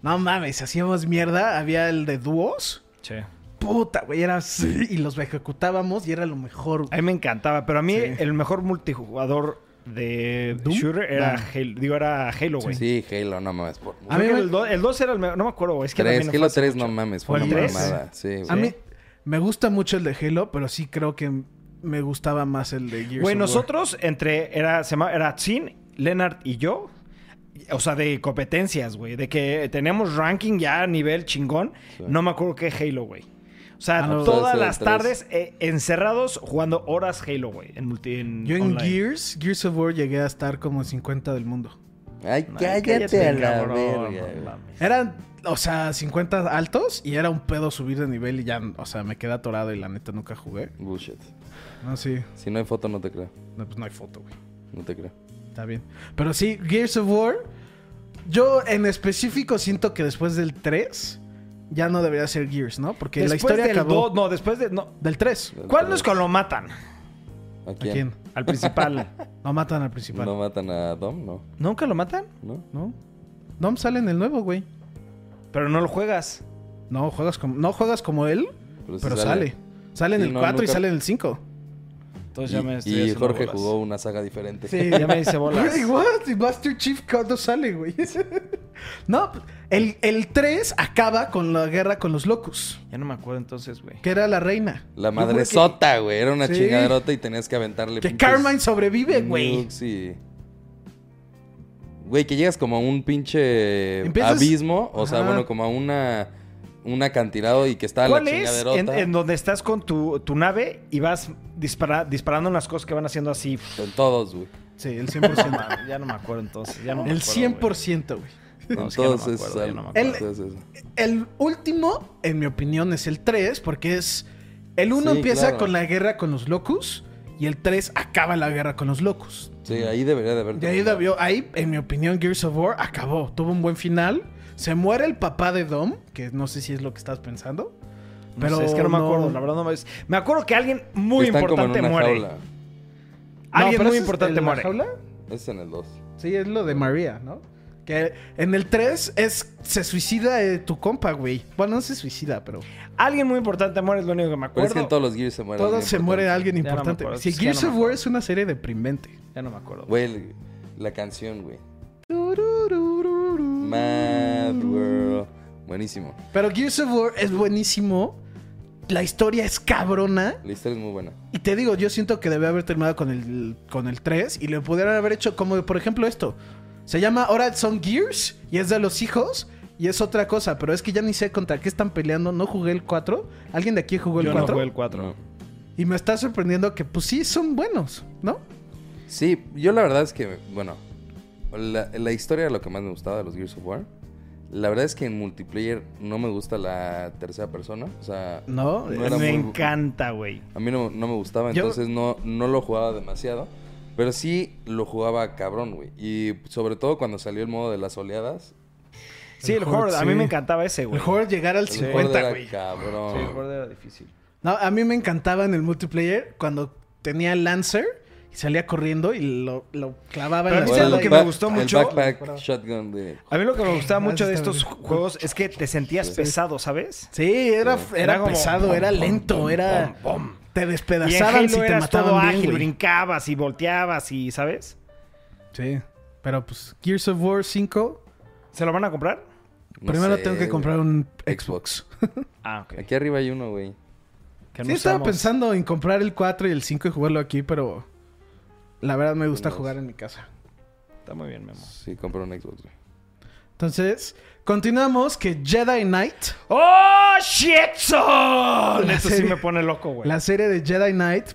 Speaker 3: No mames, hacíamos mierda. Había el de dúos.
Speaker 1: Che.
Speaker 3: puta, güey, era así, y los ejecutábamos y era lo mejor. güey.
Speaker 1: A mí me encantaba, pero a mí el mejor multijugador de Shooter era
Speaker 2: Doom.
Speaker 1: Halo, digo, era Halo, Oh, güey.
Speaker 2: Sí, Halo, no mames. Por...
Speaker 1: A mí el 2, el dos era el mejor, no me acuerdo, güey, es que
Speaker 2: Tres,
Speaker 1: también
Speaker 2: Halo
Speaker 1: fue hace
Speaker 2: 3
Speaker 1: mucho.
Speaker 2: no mames,
Speaker 1: ¿Fue
Speaker 2: fue
Speaker 1: el
Speaker 2: una
Speaker 1: 3?
Speaker 2: mamada. Sí, güey.
Speaker 3: A mí me gusta mucho el de Halo, pero sí creo que me gustaba más el de Gears
Speaker 1: Güey,
Speaker 3: of War.
Speaker 1: nosotros entre era se llamaba- era Chin, Leonard y yo, o sea, de competencias, güey, de que tenemos ranking ya a nivel chingón, no me acuerdo qué Halo, güey. O sea,
Speaker 3: Ah, no.
Speaker 1: todas
Speaker 3: Entonces,
Speaker 1: las
Speaker 3: tres.
Speaker 1: tardes eh, encerrados jugando horas Halo, güey, en multi en
Speaker 3: Yo en
Speaker 1: online.
Speaker 3: Gears, Gears of War llegué a estar como en 50 del mundo.
Speaker 2: Ay,
Speaker 1: cállate a la verga, güey.
Speaker 3: Eran, o sea, 50 altos y era un pedo subir de nivel y ya, o sea, me quedé atorado y la neta nunca jugué.
Speaker 2: Bullshit.
Speaker 3: No, sí.
Speaker 2: Si no hay foto, no te creo.
Speaker 3: No, pues no hay foto, güey.
Speaker 2: No te creo.
Speaker 3: Está bien. Pero sí, Gears of War. Yo en específico siento que después del 3 ya no debería ser Gears, ¿no? Porque la
Speaker 1: Después
Speaker 3: historia
Speaker 1: del
Speaker 3: acabó.
Speaker 1: dos- no, después de no.
Speaker 3: Del 3.
Speaker 1: ¿Cuál no es cuando lo matan?
Speaker 2: ¿A
Speaker 3: ¿A
Speaker 2: quién?
Speaker 3: quién?
Speaker 1: Al principal.
Speaker 3: no matan al principal.
Speaker 2: ¿No matan a Dom? No.
Speaker 1: ¿Nunca lo matan?
Speaker 2: ¿No?
Speaker 3: ¿No? Dom sale en el nuevo, güey.
Speaker 1: Pero no lo juegas.
Speaker 3: No juegas como, no juegas como él,
Speaker 2: Pero
Speaker 3: pero,
Speaker 2: sí Pues sale.
Speaker 3: sale. sale. en
Speaker 2: Sí,
Speaker 3: el
Speaker 2: no,
Speaker 3: 4 y
Speaker 2: nunca-
Speaker 3: sale en el 5.
Speaker 1: Entonces
Speaker 2: y,
Speaker 1: ya me estoy
Speaker 2: y
Speaker 1: haciendo
Speaker 2: Jorge
Speaker 1: bolas.
Speaker 2: jugó una saga diferente.
Speaker 1: Sí, ya me hice bolas.
Speaker 3: Güey, what? ¿Y Master Chief cuándo sale, güey? no, el, el 3 acaba con la guerra con los locos,
Speaker 1: Ya no me acuerdo entonces, güey.
Speaker 3: que era la reina.
Speaker 2: La
Speaker 3: Yo jugué que-
Speaker 2: madresota, güey. Era una
Speaker 3: Sí.
Speaker 2: chingaderota y tenías que aventarle.
Speaker 3: Que
Speaker 2: pinches
Speaker 3: Carmine sobrevive, güey.
Speaker 2: nukes y- Güey, que llegas como a un pinche
Speaker 1: Empiezas-
Speaker 2: abismo. O sea,
Speaker 1: Ajá.
Speaker 2: bueno, como a una. Un acantilado y que está la
Speaker 1: ¿Cuál es en,
Speaker 2: chingaderota.
Speaker 1: en donde estás con tu, tu nave y vas dispara- disparando unas cosas que van haciendo así?
Speaker 2: Con todos, güey.
Speaker 3: Sí, el
Speaker 1: No
Speaker 3: 100%.
Speaker 1: mames, ya no me acuerdo entonces. Pues, Ya no me
Speaker 3: el
Speaker 1: acuerdo, güey.
Speaker 3: 100%, güey.
Speaker 1: No, es que no me
Speaker 2: Entonces,
Speaker 1: acuerdo, ya no me
Speaker 2: al-
Speaker 3: acuerdo.
Speaker 2: entonces eso.
Speaker 3: El último, en mi opinión, es el 3, porque es. El 1
Speaker 2: Sí,
Speaker 3: empieza
Speaker 2: claro.
Speaker 3: con la guerra con los locus y el 3 acaba la guerra con los locus.
Speaker 2: Sí, ahí debería de haber.
Speaker 3: De ahí, debió- ahí, en mi opinión, Gears of War acabó. Tuvo un buen final. Se muere el papá de Dom, que no sé si es lo que estás pensando.
Speaker 1: No
Speaker 3: Pero
Speaker 1: sé, es que no me acuerdo, la verdad no me es- Me acuerdo que alguien muy
Speaker 2: Están como en
Speaker 1: importante
Speaker 2: una
Speaker 1: muere.
Speaker 2: jaula.
Speaker 1: Alguien
Speaker 3: pero
Speaker 1: muy
Speaker 3: ese es
Speaker 1: importante
Speaker 3: de la
Speaker 1: muere.
Speaker 3: jaula.
Speaker 2: Es en el 2.
Speaker 3: Sí, es lo de María, ¿no? Que en el 3 es, se suicida eh, tu compa, güey. Bueno, no se suicida, pero...
Speaker 1: Alguien muy importante muere, es lo único que me
Speaker 2: Pero
Speaker 1: acuerdo.
Speaker 2: es que en todos los Gears se muere.
Speaker 3: Todo
Speaker 2: alguien
Speaker 3: se muere
Speaker 2: importante.
Speaker 1: Ya
Speaker 3: alguien
Speaker 1: no me
Speaker 3: importante.
Speaker 1: acuerdo,
Speaker 3: si
Speaker 1: es que ya
Speaker 3: Gears
Speaker 1: no me
Speaker 3: of War es una serie deprimente.
Speaker 1: Ya no me acuerdo.
Speaker 2: Güey, el- la canción, güey. Mad World. Buenísimo.
Speaker 3: Pero Gears of War es buenísimo. La historia es cabrona.
Speaker 2: La historia es muy buena.
Speaker 3: Y te digo, yo siento que debe haber terminado con el, con el 3 y le pudieran haber hecho como, por ejemplo, esto. Se llama ahora son Gears y es de los hijos y es otra cosa, pero es que ya ni sé contra qué están peleando. No jugué el 4. ¿Alguien de aquí jugó el
Speaker 1: Yo no
Speaker 3: 4?
Speaker 1: jugué el 4.
Speaker 3: Y me está sorprendiendo que, pues sí, son buenos, ¿no?
Speaker 2: Sí, yo la verdad es que, bueno, la, la historia era lo que más me gustaba de los Gears of War. La verdad es que en multiplayer no me gusta la tercera persona. O sea,
Speaker 3: No,
Speaker 2: era
Speaker 1: me
Speaker 2: muy-
Speaker 1: encanta, güey.
Speaker 2: A mí no, no me gustaba,
Speaker 1: Yo-
Speaker 2: entonces no, no lo jugaba demasiado. Pero sí lo jugaba cabrón, güey. Y sobre todo cuando salió el modo de las oleadas.
Speaker 1: Sí, el, Horde, a mí me encantaba ese, güey.
Speaker 3: El Horde llegar al
Speaker 2: el
Speaker 3: 50,
Speaker 2: Horde
Speaker 3: güey.
Speaker 2: era Cabrón.
Speaker 1: Sí, el Horde era difícil.
Speaker 3: No, a mí me encantaba en el multiplayer cuando tenía el Lancer y salía corriendo y lo, lo clavaba
Speaker 1: Pero a
Speaker 3: en
Speaker 1: mí,
Speaker 3: la
Speaker 1: ¿sabes lo
Speaker 3: espalda
Speaker 1: que
Speaker 3: y-
Speaker 1: me gustó mucho?
Speaker 2: El backpack shotgun de...
Speaker 1: A mí lo que me gustaba
Speaker 3: Ah,
Speaker 1: mucho de
Speaker 3: sí está
Speaker 1: estos juegos es que te sentías pesado, ¿sabes?
Speaker 3: Sí, era, era,
Speaker 1: Era como
Speaker 3: pesado,
Speaker 1: pom,
Speaker 3: era
Speaker 1: pom,
Speaker 3: lento,
Speaker 1: pom,
Speaker 3: era.
Speaker 1: pom, pom.
Speaker 3: Te
Speaker 1: Y en Halo
Speaker 3: despedazaban si te
Speaker 1: eras todo
Speaker 3: mataban bien,
Speaker 1: ágil,
Speaker 3: güey.
Speaker 1: brincabas y volteabas y, ¿sabes?
Speaker 3: Sí. Pero pues, Gears of War 5.
Speaker 1: ¿Se lo van a comprar?
Speaker 2: No
Speaker 3: primero
Speaker 2: sé,
Speaker 3: tengo que
Speaker 2: güey.
Speaker 3: comprar un Xbox.
Speaker 1: Ah, ok.
Speaker 2: Aquí arriba hay uno, güey.
Speaker 1: Que
Speaker 3: sí,
Speaker 1: no
Speaker 3: estaba
Speaker 1: usamos.
Speaker 3: pensando en comprar el 4 y el 5 y jugarlo aquí, pero. La verdad me gusta
Speaker 2: Los-
Speaker 3: jugar en mi casa.
Speaker 1: Está muy bien, Memo.
Speaker 2: Sí, compré un Xbox, güey.
Speaker 3: Entonces, continuamos que Jedi Knight.
Speaker 1: ¡Oh, shitson!
Speaker 3: La
Speaker 1: Eso sí
Speaker 3: serie-
Speaker 1: me pone loco, güey.
Speaker 3: La serie de Jedi Knight.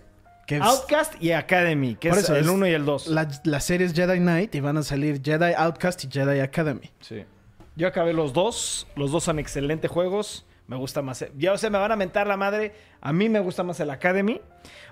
Speaker 3: Que es-
Speaker 1: Outcast y Academy, que
Speaker 3: por
Speaker 1: es
Speaker 3: eso,
Speaker 1: el
Speaker 3: es-
Speaker 1: 1 y el 2.
Speaker 3: La, la serie es Jedi Knight y van a salir Jedi Outcast y Jedi Academy.
Speaker 1: Sí. Yo acabé los dos. Los dos son excelentes juegos. Me gusta más. Ya, o sea, me van a mentar la madre. A mí me gusta más el Academy.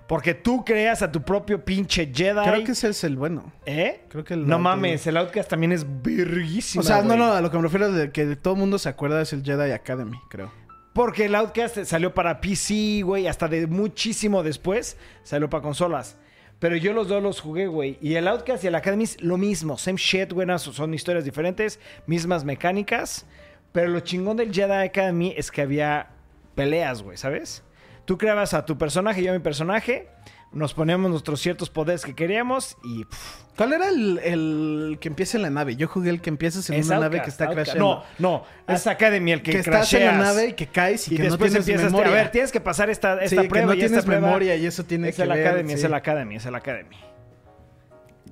Speaker 1: Porque tú creas a tu propio pinche Jedi.
Speaker 3: Creo que ese es el bueno.
Speaker 1: ¿Eh?
Speaker 3: Creo que el
Speaker 1: no
Speaker 3: Knight-
Speaker 1: mames, el Outcast también es virguísimo.
Speaker 3: O sea, no, no, a lo que me refiero de que todo el mundo se acuerda es el Jedi Academy, creo.
Speaker 1: Porque el Outcast salió para PC, güey, hasta de muchísimo después salió para consolas. Pero yo los dos los jugué, güey. Y el Outcast y el Academy es lo mismo. Same shit, güey. no, Son historias diferentes, mismas mecánicas. Pero lo chingón del Jedi Academy es que había peleas, güey, ¿sabes? Tú creabas a tu personaje, yo a mi personaje, nos poníamos nuestros ciertos poderes que queríamos y... pff,
Speaker 3: ¿Cuál era el, el que empieza en la nave? Yo jugué el que empiezas en
Speaker 1: Es
Speaker 3: una
Speaker 1: Outcast,
Speaker 3: nave que está
Speaker 1: Outcast.
Speaker 3: crashando.
Speaker 1: No, no, es Academy el que
Speaker 3: estás en la
Speaker 1: crasheas.
Speaker 3: nave y que caes y, que no
Speaker 1: después
Speaker 3: tienes
Speaker 1: empiezas
Speaker 3: memoria.
Speaker 1: a ver, tienes que pasar esta,
Speaker 3: Sí,
Speaker 1: esta
Speaker 3: que
Speaker 1: prueba
Speaker 3: no
Speaker 1: y
Speaker 3: tienes
Speaker 1: esta prueba.
Speaker 3: memoria y eso tiene
Speaker 1: es
Speaker 3: que
Speaker 1: el
Speaker 3: ver,
Speaker 1: Academy, es
Speaker 3: sí.
Speaker 1: el Academy, es el Academy.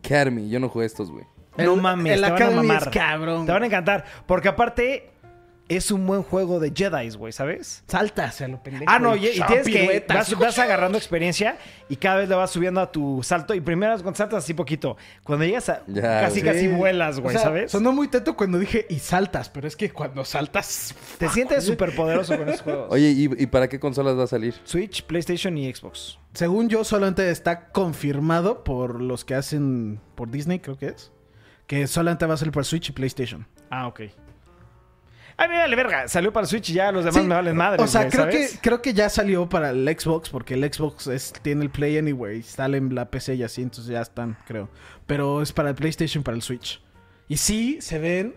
Speaker 2: Carmi, yo no jugué a estos, güey.
Speaker 1: no mames,
Speaker 3: el
Speaker 1: te van a
Speaker 3: Academy
Speaker 1: mamar.
Speaker 3: es cabrón.
Speaker 1: Te van a encantar, porque aparte es un buen juego de Jedi, güey, ¿sabes?
Speaker 3: Salta hacia lo pendejo.
Speaker 1: Ah, no,
Speaker 3: güey.
Speaker 1: y, y tienes que
Speaker 3: Piruetas.
Speaker 1: vas, vas agarrando experiencia y cada vez le vas subiendo a tu salto y primero cuando saltas así poquito, cuando llegas a
Speaker 2: Ya,
Speaker 1: casi
Speaker 2: güey.
Speaker 1: casi vuelas, güey,
Speaker 3: O sea,
Speaker 1: ¿sabes?
Speaker 3: Sonó muy teto cuando dije y saltas, pero es que cuando saltas.
Speaker 1: Te sientes súper poderoso con esos juegos.
Speaker 2: Oye, ¿y, y para qué consolas va a salir?
Speaker 1: Switch, PlayStation y Xbox.
Speaker 3: Según yo, solamente está confirmado por los que hacen. por Disney, creo que es. Que solamente va a salir para Switch y PlayStation.
Speaker 1: Ah, ok. A mí me vale verga, salió para Switch y ya los demás
Speaker 3: Sí,
Speaker 1: me valen madre.
Speaker 3: O sea, creo, que, creo que ya salió para el Xbox, porque el Xbox es- tiene el Play Anyway, sale en la PC y así, entonces ya están, creo. Pero es para el PlayStation, para el Switch. Y sí, se ven.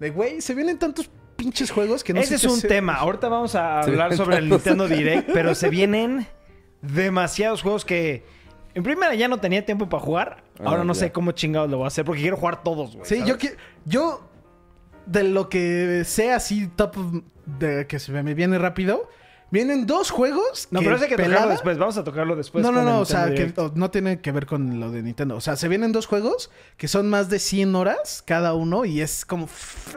Speaker 3: De güey, se vienen tantos pinches juegos que no
Speaker 1: Ese
Speaker 3: sé
Speaker 1: es
Speaker 3: qué
Speaker 1: un
Speaker 3: hacer.
Speaker 1: tema. Ahorita vamos a
Speaker 2: Se
Speaker 1: hablar
Speaker 2: vienen
Speaker 1: sobre el
Speaker 2: tantos.
Speaker 1: Nintendo Direct, pero se vienen demasiados juegos que. En primera ya no tenía tiempo para jugar.
Speaker 2: Ah,
Speaker 1: Ahora no
Speaker 2: ya.
Speaker 1: sé cómo chingados lo voy a hacer porque quiero jugar todos, güey.
Speaker 3: Sí,
Speaker 1: ¿sabes?
Speaker 3: yo que. Yo. De lo que sé así, top of- de que se me viene rápido. Vienen dos juegos.
Speaker 1: No, pero ese hay que tocarlo
Speaker 3: pelada-
Speaker 1: después. Vamos a tocarlo después.
Speaker 3: No, no,
Speaker 1: con el
Speaker 3: no, o sea,
Speaker 1: Nintendo
Speaker 3: que
Speaker 1: Direct.
Speaker 3: o- no tiene que ver con lo de Nintendo. O sea, se vienen dos juegos que son más de 100 horas cada uno y es como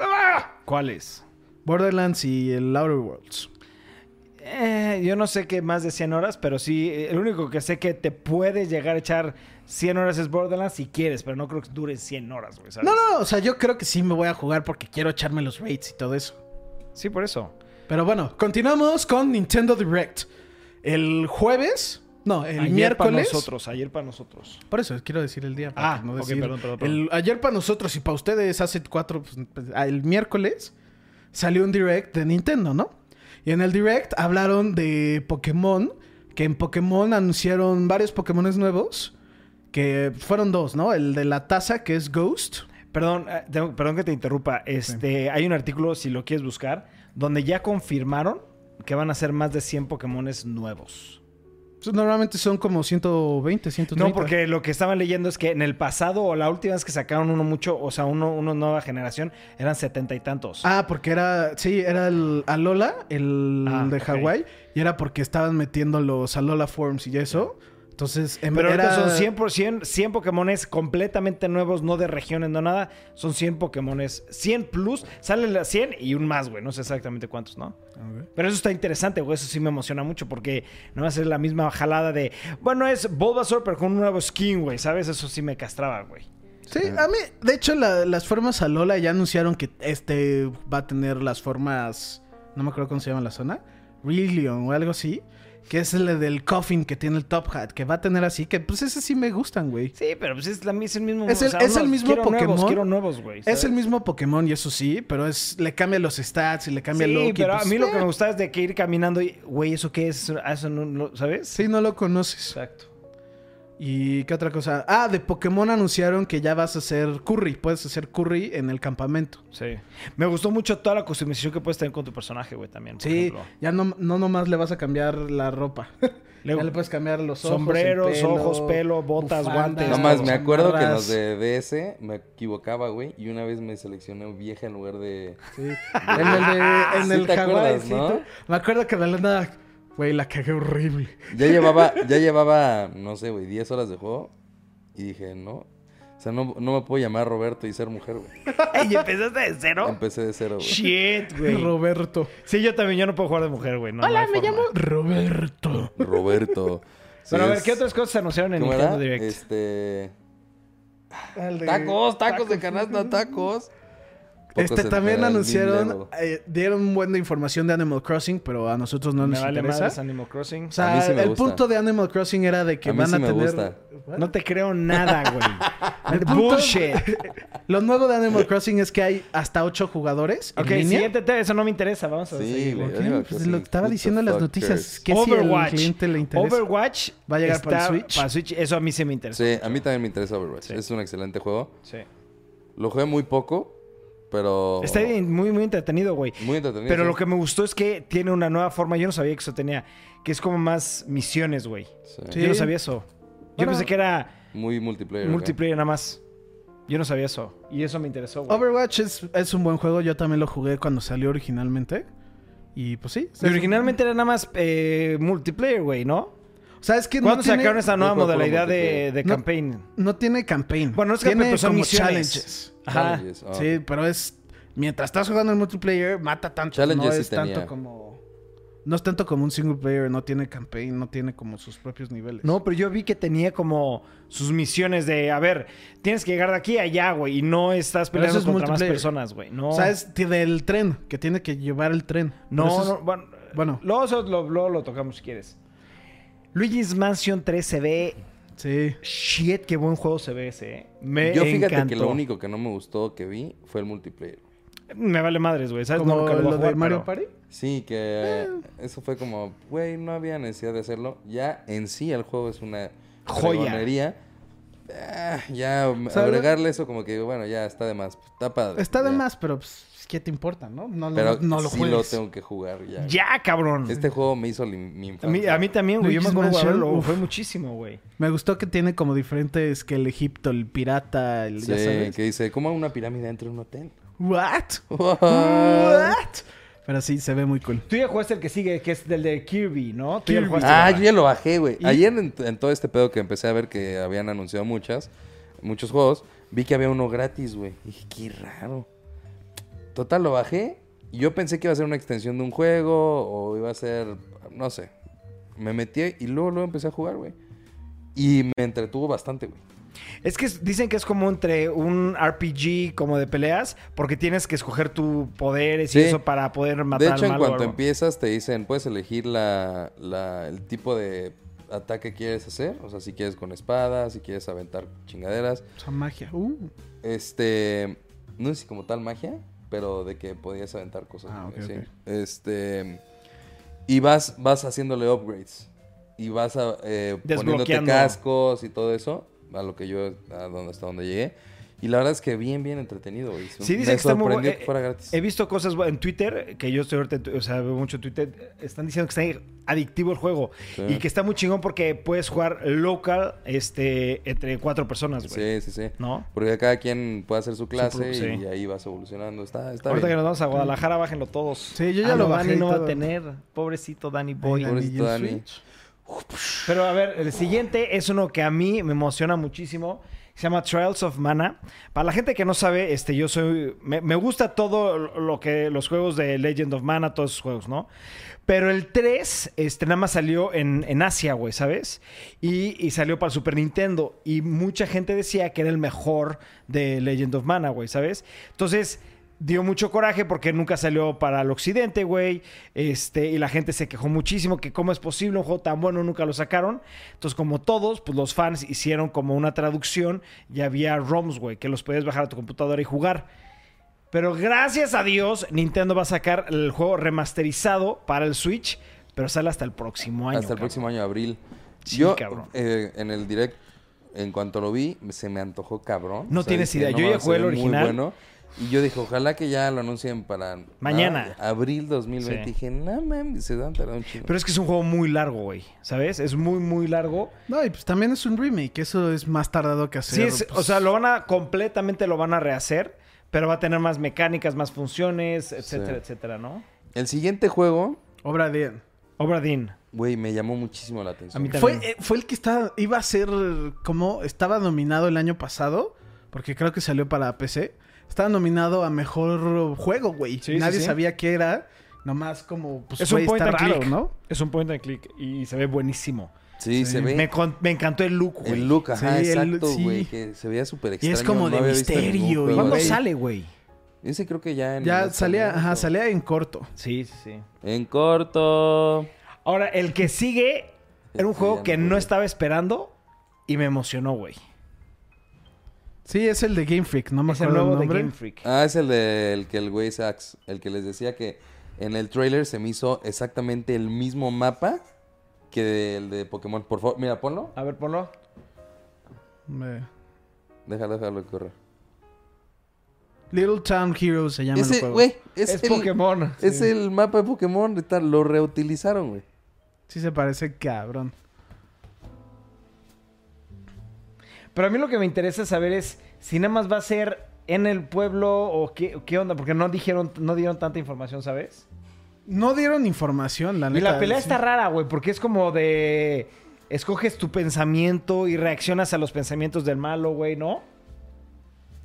Speaker 3: ¡ah!
Speaker 1: ¿Cuáles?
Speaker 3: Borderlands y el Outer Worlds.
Speaker 1: Eh, yo no sé qué más de 100 horas, pero sí, eh, el único que sé que te puedes llegar a echar 100 horas es Borderlands si quieres, pero no creo que dure 100 horas, güey. ¿sabes?
Speaker 3: No, no, o sea, yo creo que sí me voy a jugar porque quiero echarme los raids y todo eso.
Speaker 1: Sí, por eso.
Speaker 3: Pero bueno, continuamos con Nintendo Direct. El jueves, no, el
Speaker 1: ayer para
Speaker 3: miércoles.
Speaker 1: nosotros, ayer para nosotros.
Speaker 3: Por eso quiero decir el día. para
Speaker 1: Ah,
Speaker 3: no
Speaker 1: ok,
Speaker 3: decir-
Speaker 1: perdón, perdón, perdón.
Speaker 3: El- ayer para nosotros y para ustedes hace cuatro, pues, pues, el miércoles salió un direct de Nintendo, ¿no? Y en el direct hablaron de Pokémon, que en Pokémon anunciaron varios Pokémones nuevos, que fueron dos, ¿no? El de la taza que es Ghost.
Speaker 1: Perdón, eh, tengo- perdón que te interrumpa. Este, Hay un artículo, si lo quieres buscar, donde ya confirmaron que van a ser más de 100 Pokémones nuevos.
Speaker 3: Entonces, Pues, normalmente son como 120, 130.
Speaker 1: No, porque lo que estaban leyendo es que en el pasado o la última vez que sacaron uno mucho, o sea, uno, uno nueva generación, eran setenta y tantos.
Speaker 3: Ah, porque era, sí, era el Alola, el
Speaker 1: Ah,
Speaker 3: de
Speaker 1: ok.
Speaker 3: Hawái, y era porque estaban metiendo los Alola Forms y eso. Entonces, en
Speaker 1: Pero
Speaker 3: era...
Speaker 1: ahorita son 100%, 100 Pokémones completamente nuevos, no de regiones, no nada. Son 100 Pokémones, 100 plus, salen las 100 y un más, güey. No sé exactamente cuántos, ¿no? Pero eso está interesante, güey. Eso sí me emociona mucho porque no va a ser la misma jalada de, bueno, es Bulbasaur, pero con un nuevo skin, güey, ¿sabes? Eso sí me castraba, güey.
Speaker 3: Sí, a mí, de hecho, la- las formas Alola ya anunciaron que este va a tener las formas. No me acuerdo cómo se llama la zona. Rillion o algo así. Que es el del coffin que tiene el Top Hat. Que va a tener así. Que pues ese sí me gustan, güey.
Speaker 1: Sí, pero pues es, la, es el mismo
Speaker 3: Es el- es el mismo
Speaker 1: quiero nuevos,
Speaker 3: Pokémon.
Speaker 1: quiero nuevos, güey.
Speaker 3: Es el mismo Pokémon y eso sí, pero es le cambia los stats y le cambia
Speaker 1: Sí,
Speaker 3: el look. y,
Speaker 1: pero
Speaker 3: pues,
Speaker 1: a mí lo que
Speaker 3: eh,
Speaker 1: me gusta es de que ir caminando y, güey, ¿eso qué es? Eso- ah, Eso no, no- ¿sabes?
Speaker 3: Sí, no lo conoces.
Speaker 1: Exacto.
Speaker 3: ¿Y qué otra cosa? Ah, de Pokémon anunciaron que ya vas a hacer curry. Puedes hacer curry en el campamento.
Speaker 1: Sí. Me gustó mucho toda la customización que puedes tener con tu personaje, güey, también. por
Speaker 3: Sí,
Speaker 1: ejemplo.
Speaker 3: ya no, no nomás le vas a cambiar la ropa.
Speaker 1: Luego,
Speaker 3: ya le puedes cambiar los ojos. el
Speaker 1: sombreros, ojos, pelo, botas, guantes,
Speaker 2: Nada más,
Speaker 1: Las
Speaker 2: me acuerdo que en los
Speaker 3: chamarras.
Speaker 2: de DS me equivocaba, güey, y una vez me seleccioné vieja en lugar de...
Speaker 3: Sí. En el, de, en
Speaker 2: Sí
Speaker 3: el
Speaker 2: te
Speaker 3: Hawái,
Speaker 2: acuerdas,
Speaker 3: sí,
Speaker 2: ¿no?
Speaker 3: tú- Me acuerdo que de la nada, güey, la cagué horrible.
Speaker 2: Ya llevaba, ya llevaba, no sé, güey, 10 horas de juego y dije, no. O sea, no, no me puedo llamar Roberto y ser mujer, güey.
Speaker 1: ¿Y empezaste de cero?
Speaker 2: Empecé de cero, güey.
Speaker 1: Shit, güey.
Speaker 3: Roberto.
Speaker 1: Sí, yo también, yo no puedo jugar de mujer, güey. no, no
Speaker 3: Hola,
Speaker 1: hay
Speaker 3: me
Speaker 1: forma.
Speaker 3: llamo Roberto.
Speaker 2: Roberto. Sí,
Speaker 1: Pero a ver,
Speaker 2: es-
Speaker 1: ¿qué otras cosas se anunciaron en
Speaker 2: ¿Cómo era?
Speaker 1: Nintendo Direct?
Speaker 2: Este...
Speaker 3: Al de-
Speaker 2: Tacos, tacos de canasta, tacos.
Speaker 3: Este
Speaker 2: se
Speaker 3: también
Speaker 2: entera el
Speaker 3: anunciaron,
Speaker 2: Nintendo.
Speaker 3: eh, dieron un buen de información de Animal Crossing, pero a nosotros no
Speaker 1: me
Speaker 3: nos
Speaker 1: vale
Speaker 3: interesa.
Speaker 1: más Animal Crossing.
Speaker 3: O sea,
Speaker 2: A mí sí me
Speaker 3: el
Speaker 2: gusta.
Speaker 3: punto de Animal Crossing era de que
Speaker 2: A mí
Speaker 3: van
Speaker 2: sí
Speaker 3: a
Speaker 2: me
Speaker 3: tener.
Speaker 2: gusta.
Speaker 1: No te creo nada, güey.
Speaker 3: El punto-
Speaker 1: Bullshit.
Speaker 3: Lo nuevo de Animal Crossing es que hay hasta ocho jugadores.
Speaker 1: ok,
Speaker 3: en línea.
Speaker 1: siguiente tema, eso no me interesa, vamos a ver.
Speaker 2: Sí, güey.
Speaker 3: Ok,
Speaker 2: Animal
Speaker 3: pues
Speaker 2: Crossing,
Speaker 3: lo que estaba
Speaker 2: what the
Speaker 3: diciendo en las
Speaker 2: fuck
Speaker 3: noticias
Speaker 2: cares.
Speaker 3: que
Speaker 1: Overwatch.
Speaker 3: si al cliente le interesa.
Speaker 1: Overwatch
Speaker 3: Va a llegar para el
Speaker 1: está
Speaker 3: Switch.
Speaker 1: para Switch. Eso a mí se me interesa.
Speaker 2: Sí, a mí también me interesa Overwatch.
Speaker 1: Sí.
Speaker 2: Es un excelente juego.
Speaker 1: Sí.
Speaker 2: Lo jugué muy poco, Pero.
Speaker 1: Está bien, muy, muy entretenido, güey.
Speaker 2: Muy entretenido.
Speaker 1: Pero
Speaker 2: sí.
Speaker 1: lo que me gustó es que tiene una nueva forma. Yo no sabía que eso tenía. Que es como más misiones, güey.
Speaker 2: Sí.
Speaker 1: Yo no sabía eso. Yo
Speaker 2: Bueno.
Speaker 1: pensé que era
Speaker 2: Muy multiplayer.
Speaker 1: multiplayer nada más. Yo no sabía eso. Y eso me interesó, güey.
Speaker 3: Overwatch es, es un buen juego. Yo también lo jugué cuando salió originalmente. Y pues sí.
Speaker 1: Y originalmente era nada más eh, multiplayer, güey, ¿no?
Speaker 3: O sea, es que
Speaker 1: ¿Cuándo
Speaker 3: no tiene-
Speaker 1: sacaron esa nueva
Speaker 3: No, puro
Speaker 1: modalidad de,
Speaker 3: multiplayer.
Speaker 1: de
Speaker 3: No-
Speaker 1: campaign?
Speaker 3: No tiene campaign.
Speaker 1: Bueno, no es
Speaker 3: tiene
Speaker 1: campaign, pero son
Speaker 3: como
Speaker 1: misiones.
Speaker 3: challenges.
Speaker 1: Ajá.
Speaker 2: Challenges, ah.
Speaker 3: Sí, pero es. Mientras estás jugando en multiplayer, mata tanto.
Speaker 2: Challenges
Speaker 3: no
Speaker 2: sí
Speaker 3: es tanto
Speaker 2: tenía.
Speaker 3: como. No es tanto como un single player, no tiene campaign, no tiene como sus propios niveles.
Speaker 1: No, pero yo vi que tenía como sus misiones de, a ver, tienes que llegar de aquí a allá, güey, y no estás
Speaker 3: Pero eso
Speaker 1: peleando
Speaker 3: es
Speaker 1: contra más
Speaker 3: multiplayer.
Speaker 1: personas, güey. No.
Speaker 3: O sea, es t- del tren, que tiene que llevar el tren.
Speaker 1: No,
Speaker 3: Pero eso es-
Speaker 1: no, bueno,
Speaker 3: bueno.
Speaker 1: Luego, eso lo, luego lo tocamos si quieres. Luigi's Mansion 3 se ve.
Speaker 3: Sí.
Speaker 1: Shit, qué buen juego se ve ese, eh. Me
Speaker 2: Yo fíjate
Speaker 1: encantó.
Speaker 2: que lo único que no me gustó que vi fue el multiplayer.
Speaker 1: Me vale madres, güey. ¿Sabes?
Speaker 3: Como
Speaker 1: nunca voy a
Speaker 3: lo de
Speaker 1: jugar,
Speaker 3: Mario
Speaker 1: pero-
Speaker 3: Party.
Speaker 2: Sí, que eh, eso fue como, güey, no había necesidad de hacerlo. Ya en sí el juego es una
Speaker 1: Joya.
Speaker 2: fregonería. Ah, ya m-
Speaker 3: ¿Sabes?
Speaker 2: agregarle eso como que, bueno, ya está de más. Está padre.
Speaker 3: Está de
Speaker 2: ya.
Speaker 3: más, pero pues, ¿qué te importa, no? No, lo-
Speaker 2: Pero
Speaker 3: no lo
Speaker 2: sí
Speaker 3: juegues.
Speaker 2: lo tengo que jugar ya.
Speaker 1: Ya, cabrón.
Speaker 2: Este juego me hizo li- mi
Speaker 1: A mí,
Speaker 2: infancia.
Speaker 1: a mí también, güey. Yo me
Speaker 3: Luigi's
Speaker 1: acuerdo
Speaker 3: Mansion,
Speaker 1: jugarlo.
Speaker 3: uf.
Speaker 1: Fue muchísimo, güey.
Speaker 3: Me gustó que tiene como diferentes que el Egipto, el pirata, el ya
Speaker 2: Sí,
Speaker 3: sabes.
Speaker 2: que dice, ¿cómo una pirámide dentro de un hotel?
Speaker 3: What?
Speaker 2: What?
Speaker 1: Ah.
Speaker 3: Pero sí, se ve muy cool.
Speaker 1: Tú ya jugaste el que sigue, que es del de Kirby, ¿no? Tú ya lo jugaste,
Speaker 2: Ah,
Speaker 1: ¿verdad?
Speaker 2: yo ya lo bajé, güey. Ayer en, en todo este pedo que empecé a ver que habían anunciado muchas, muchos juegos, vi que había uno gratis, güey. Y Dije, qué raro. Total, lo bajé. Y yo pensé que iba a ser una extensión de un juego o iba a ser, no sé. Me metí y luego, luego empecé a jugar, güey. Y me entretuvo bastante, güey.
Speaker 1: Es que es- dicen que es como entre un RPG como de peleas, porque tienes que escoger tus poderes y
Speaker 2: Sí.
Speaker 1: eso para poder matar
Speaker 2: De
Speaker 1: al
Speaker 2: hecho, en
Speaker 1: malo. o
Speaker 2: cuanto
Speaker 1: algo.
Speaker 2: empiezas, te dicen, puedes elegir la, la- el tipo de ataque que quieres hacer. O sea, si quieres con espadas, si quieres aventar chingaderas.
Speaker 3: O sea, magia. Uh.
Speaker 2: Este. No sé si como tal magia, pero de que podías aventar cosas.
Speaker 3: Ah, ok,
Speaker 2: sí.
Speaker 3: ok.
Speaker 2: Este. Y vas, vas haciéndole upgrades. Y vas a, eh, poniéndote
Speaker 1: Desbloqueando.
Speaker 2: cascos y todo eso. A lo que yo. A donde, hasta donde llegué. Y la verdad es que bien, bien entretenido. güey.
Speaker 1: Sí,
Speaker 2: Me
Speaker 1: dicen que está muy eh,
Speaker 2: sorprendió
Speaker 1: bueno.
Speaker 2: que fuera gratis.
Speaker 1: He visto cosas bu- en Twitter, que yo estoy ahorita, en tu- o sea, veo mucho Twitter, están diciendo que está adictivo el juego
Speaker 2: Sí.
Speaker 1: y que está muy chingón porque puedes jugar local este, entre cuatro personas, güey.
Speaker 2: Sí, sí, sí.
Speaker 1: ¿No?
Speaker 2: Porque cada quien puede hacer su clase
Speaker 1: sí.
Speaker 2: y ahí vas evolucionando. Está, está
Speaker 1: Ahorita que
Speaker 2: bien.
Speaker 1: nos vamos a Guadalajara, bájenlo todos. Ah, Sí,
Speaker 3: yo ya lo bajé
Speaker 1: Dani
Speaker 3: y
Speaker 1: no va a
Speaker 3: todo.
Speaker 1: tener. Pobrecito Danny Boy.
Speaker 2: Pobrecito
Speaker 3: Anillo
Speaker 2: Dani.
Speaker 3: Switch.
Speaker 1: Pero a ver, el siguiente es uno que a mí me emociona muchísimo. Se llama Trials of Mana. Para la gente que no sabe, este, yo soy. Me, me gusta todo lo que. los juegos de Legend of Mana, todos esos juegos, ¿no? Pero el 3, este, nada más salió en, en Asia, güey, ¿sabes? Y, y salió para Super Nintendo. Y mucha gente decía que era el mejor de Legend of Mana, güey, ¿sabes? Entonces dio mucho coraje porque nunca salió para el occidente, güey. Este, y la gente se quejó muchísimo que cómo es posible un juego tan bueno, nunca lo sacaron. Entonces, como todos, pues los fans hicieron como una traducción y había ROMs, güey, que los podías bajar a tu computadora y jugar. Pero gracias a Dios, Nintendo va a sacar el juego remasterizado para el Switch, pero sale hasta el próximo año.
Speaker 2: Hasta el
Speaker 1: cabrón.
Speaker 2: próximo año, abril.
Speaker 1: Sí,
Speaker 2: yo,
Speaker 1: cabrón.
Speaker 2: eh, en el direct, en cuanto lo vi, se me antojó cabrón.
Speaker 1: No tienes
Speaker 2: dije,
Speaker 1: idea. Yo ya
Speaker 2: mames, se
Speaker 1: jugué el
Speaker 2: ve muy
Speaker 1: original.
Speaker 2: bueno. Y yo dije, ojalá que ya lo anuncien para...
Speaker 1: Mañana.
Speaker 2: ah, abril 2020.
Speaker 1: Sí.
Speaker 2: Dije, no mames, se dan tardar un chingo.
Speaker 1: Pero es que es un juego muy largo, güey, ¿sabes? Es muy, muy largo.
Speaker 3: No, y pues también es un remake. Eso es más tardado que hacer.
Speaker 1: Sí, es-
Speaker 3: pues,
Speaker 1: o sea, lo van a completamente lo van a rehacer, pero va a tener más mecánicas, más funciones, etcétera,
Speaker 2: Sí.
Speaker 1: etcétera, ¿no?
Speaker 2: El siguiente juego,
Speaker 3: Obra de.
Speaker 1: Obra Dean.
Speaker 2: güey, me llamó muchísimo la atención.
Speaker 1: A mí
Speaker 3: Fue,
Speaker 1: también.
Speaker 3: eh, fue el que estaba, iba a ser como estaba nominado el año pasado, porque creo que salió para PC. Estaba nominado a mejor juego, güey.
Speaker 1: Sí, sí,
Speaker 3: Nadie
Speaker 1: sí.
Speaker 3: sabía qué era. Nomás como, pues,
Speaker 1: es
Speaker 3: güey,
Speaker 1: un point
Speaker 3: está
Speaker 1: and
Speaker 3: raro,
Speaker 1: click,
Speaker 3: ¿no?
Speaker 1: Es un point and click y se ve buenísimo.
Speaker 2: Sí, se ve.
Speaker 1: Me, con- me encantó el look, güey.
Speaker 2: El look, ajá,
Speaker 3: Sí, el look,
Speaker 2: exacto,
Speaker 3: sí.
Speaker 2: güey. Que se veía súper
Speaker 3: Y
Speaker 2: extraño.
Speaker 3: es como
Speaker 2: no
Speaker 3: de
Speaker 2: había visto ningún
Speaker 3: misterio,
Speaker 2: juego
Speaker 1: ¿Cuándo
Speaker 2: así.
Speaker 1: sale, güey?
Speaker 2: Ese creo que ya en...
Speaker 3: Ya
Speaker 2: algún
Speaker 3: salía, ajá,
Speaker 2: momento.
Speaker 3: salía en corto.
Speaker 1: Sí, sí, sí.
Speaker 2: En corto.
Speaker 1: Ahora, el que sigue era un
Speaker 2: Sí,
Speaker 1: juego
Speaker 2: ya
Speaker 1: que
Speaker 2: no
Speaker 1: no
Speaker 2: voy.
Speaker 1: estaba esperando y me emocionó, güey.
Speaker 3: Sí, es el de Game Freak, no me
Speaker 1: Es el
Speaker 3: acuerdo
Speaker 1: nuevo
Speaker 3: el
Speaker 1: de
Speaker 3: nombre.
Speaker 1: Game Freak.
Speaker 2: Ah, es el del que el güey Sax, el que les decía que en el trailer se me hizo exactamente el mismo mapa que el de Pokémon. Por favor, mira, ponlo.
Speaker 1: A ver, ponlo.
Speaker 3: Me-
Speaker 2: Déjalo, déjalo que corra.
Speaker 3: Little Town Heroes se llama el
Speaker 2: Ese,
Speaker 3: juego.
Speaker 2: güey, es, el-
Speaker 3: Pokémon.
Speaker 2: Es
Speaker 3: Sí.
Speaker 2: el mapa de Pokémon. está- lo reutilizaron, güey.
Speaker 3: Sí se parece cabrón.
Speaker 1: Pero a mí lo que me interesa saber es si nada más va a ser en el pueblo o qué, qué onda, porque no dijeron, no dieron tanta información, ¿sabes?
Speaker 3: No dieron información, la
Speaker 1: Y
Speaker 3: neta.
Speaker 1: la pelea
Speaker 3: sí.
Speaker 1: está rara, güey, porque es como de... Escoges tu pensamiento y reaccionas a los pensamientos del malo, güey, ¿no?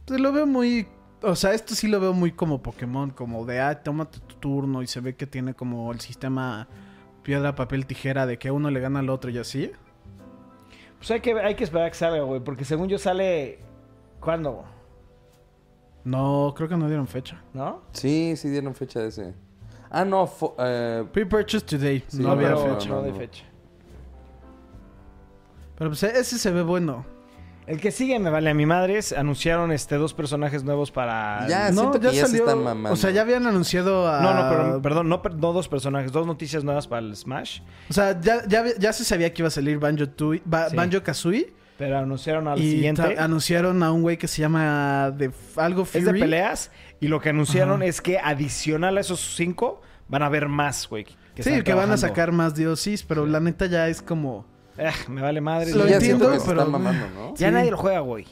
Speaker 3: Pues lo veo muy. O sea, esto sí lo veo muy como Pokémon, como de, ah, tómate tu turno y se ve que tiene como el sistema piedra, papel, tijera de que uno le gana al otro y así.
Speaker 1: Pues hay que, hay que esperar a que salga, güey, porque según yo sale... ¿Cuándo?
Speaker 3: No, creo que no dieron fecha.
Speaker 1: ¿No?
Speaker 2: Sí, sí dieron fecha de ese. Ah, no. fo- eh,
Speaker 3: Pre-purchase today.
Speaker 2: sí,
Speaker 3: no había
Speaker 2: pero-
Speaker 3: fecha.
Speaker 2: no, no,
Speaker 1: de
Speaker 2: no.
Speaker 1: fecha.
Speaker 3: Pero pues ese se ve bueno.
Speaker 1: El que sigue me vale a mi madres. Anunciaron este dos personajes nuevos para.
Speaker 2: Ya, Ah, siento que ya se están mamando.
Speaker 3: O sea, ya habían anunciado a.
Speaker 1: No, no, pero- perdón, no, per- no dos personajes, dos noticias nuevas para el Smash.
Speaker 3: O sea, ya, ya, ya se sabía que iba a salir Banjo, Tui- Ba-
Speaker 1: Sí.
Speaker 3: Banjo Kazooie.
Speaker 1: Pero anunciaron al
Speaker 3: y
Speaker 1: siguiente.
Speaker 3: ta- anunciaron a un güey que se llama de f- algo
Speaker 1: es
Speaker 3: Fury.
Speaker 1: de peleas. Y lo que anunciaron
Speaker 3: Ajá.
Speaker 1: es que adicional a esos cinco van a haber más, güey.
Speaker 3: sí, que van a sacar más DLCs, pero la neta ya es como.
Speaker 1: Eh, me vale madre.
Speaker 3: Lo
Speaker 2: ya
Speaker 3: entiendo,
Speaker 2: siento que se
Speaker 3: pero-
Speaker 2: están mamando, ¿no?
Speaker 1: Ya nadie lo juega, güey.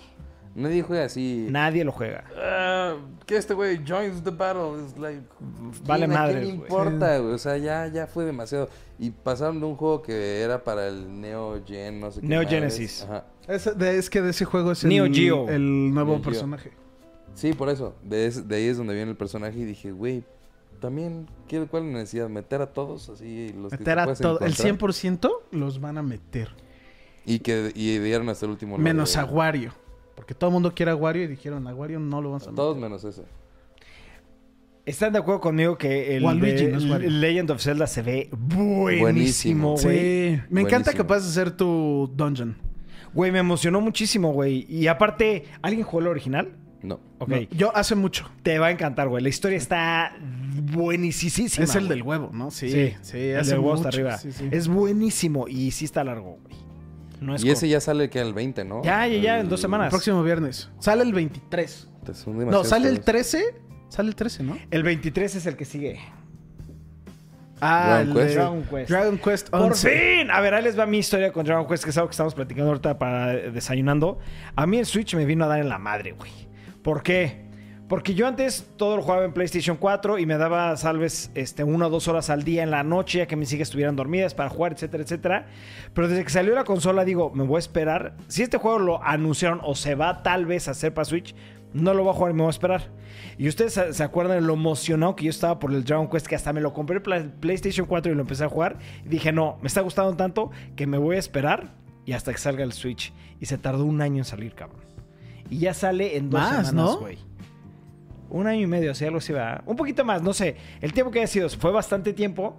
Speaker 2: Nadie juega así.
Speaker 1: Nadie lo juega.
Speaker 2: Ah, que este güey joins the battle is like
Speaker 1: Vale
Speaker 2: ¿quién- a quién
Speaker 1: madres,
Speaker 2: le
Speaker 1: güey.
Speaker 2: importa güey? o sea ya ya fue demasiado y pasaron de un juego que era para el Neo Gen no sé qué
Speaker 1: Neo
Speaker 2: madres.
Speaker 1: Genesis.
Speaker 2: Ajá.
Speaker 3: Es, de- es que de ese juego es
Speaker 1: Neo
Speaker 3: el,
Speaker 1: Geo.
Speaker 3: el nuevo
Speaker 2: Neo Geo.
Speaker 3: personaje.
Speaker 2: sí por eso de, es- de ahí es donde viene el personaje y dije güey también quiero cuál es la necesidad meter a todos así los que
Speaker 3: Meter
Speaker 2: te
Speaker 3: a
Speaker 2: puedas
Speaker 3: todo. El
Speaker 2: encontrar?
Speaker 3: 100% los van a meter.
Speaker 2: y que y dieron hasta el último nombre.
Speaker 3: menos Aguario. Porque todo el mundo quiere Aguario y dijeron Aguario no lo vamos a meter.
Speaker 2: todos menos ese
Speaker 1: ¿Están de acuerdo conmigo que el
Speaker 3: O a Luigi,
Speaker 1: de
Speaker 3: no es Wario.
Speaker 1: Legend of Zelda se ve buenísimo,
Speaker 2: Buenísimo.
Speaker 1: güey?
Speaker 3: Sí. Me encanta
Speaker 2: Buenísimo.
Speaker 3: que puedas hacer tu dungeon.
Speaker 1: Güey, me emocionó muchísimo, güey. Y aparte, ¿alguien jugó el original?
Speaker 2: no
Speaker 1: Ok.
Speaker 3: No, yo hace mucho.
Speaker 1: Te va a encantar, güey. La historia está buenísima.
Speaker 3: es el
Speaker 1: güey.
Speaker 3: del huevo, ¿no? Sí,
Speaker 1: Sí,
Speaker 3: sí,
Speaker 1: el
Speaker 3: hace
Speaker 1: del huevo
Speaker 3: mucho,
Speaker 1: hasta arriba.
Speaker 3: sí, sí.
Speaker 1: Es buenísimo y sí está largo, güey. No es
Speaker 2: y
Speaker 1: corto.
Speaker 2: ese ya sale que el 20 no
Speaker 1: Ya, ya, ya, en dos
Speaker 3: El
Speaker 1: semanas.
Speaker 3: próximo viernes. Sale el 23.
Speaker 2: Te son
Speaker 3: No,
Speaker 2: demasiados
Speaker 3: sale el
Speaker 2: juegos.
Speaker 3: 13. Sale el 13, ¿no?
Speaker 1: El 23 es el que sigue.
Speaker 3: Ah,
Speaker 2: Dragon
Speaker 3: el
Speaker 2: Quest.
Speaker 3: de-
Speaker 1: Dragon Quest.
Speaker 3: Dragon Quest
Speaker 1: ¡Por
Speaker 3: 11.
Speaker 1: fin! A ver, ahí les va mi historia con Dragon Quest, que es algo que estamos platicando ahorita para eh, desayunando. A mí el Switch me vino a dar en la madre, güey. ¿Por qué? Porque yo antes todo lo jugaba en PlayStation 4 y me daba, salves, este, una o dos horas al día en la noche, ya que mis hijas estuvieran dormidas para jugar, etcétera, etcétera. Pero desde que salió la consola, digo, me voy a esperar. Si este juego lo anunciaron o se va tal vez a hacer para Switch, no lo voy a jugar, me voy a esperar. Y ustedes se se acuerdan lo emocionado que yo estaba por el Dragon Quest, que hasta me lo compré en Pla- PlayStation 4 y lo empecé a jugar. Y dije, no, me está gustando tanto que me voy a esperar y hasta que salga el Switch. Y se tardó un año en salir, cabrón. Y ya sale en dos
Speaker 3: Más,
Speaker 1: semanas,
Speaker 3: ¿no?
Speaker 1: güey. Un año y medio, o sea, algo así va. Un poquito más, no sé. El tiempo que haya sido, fue bastante tiempo.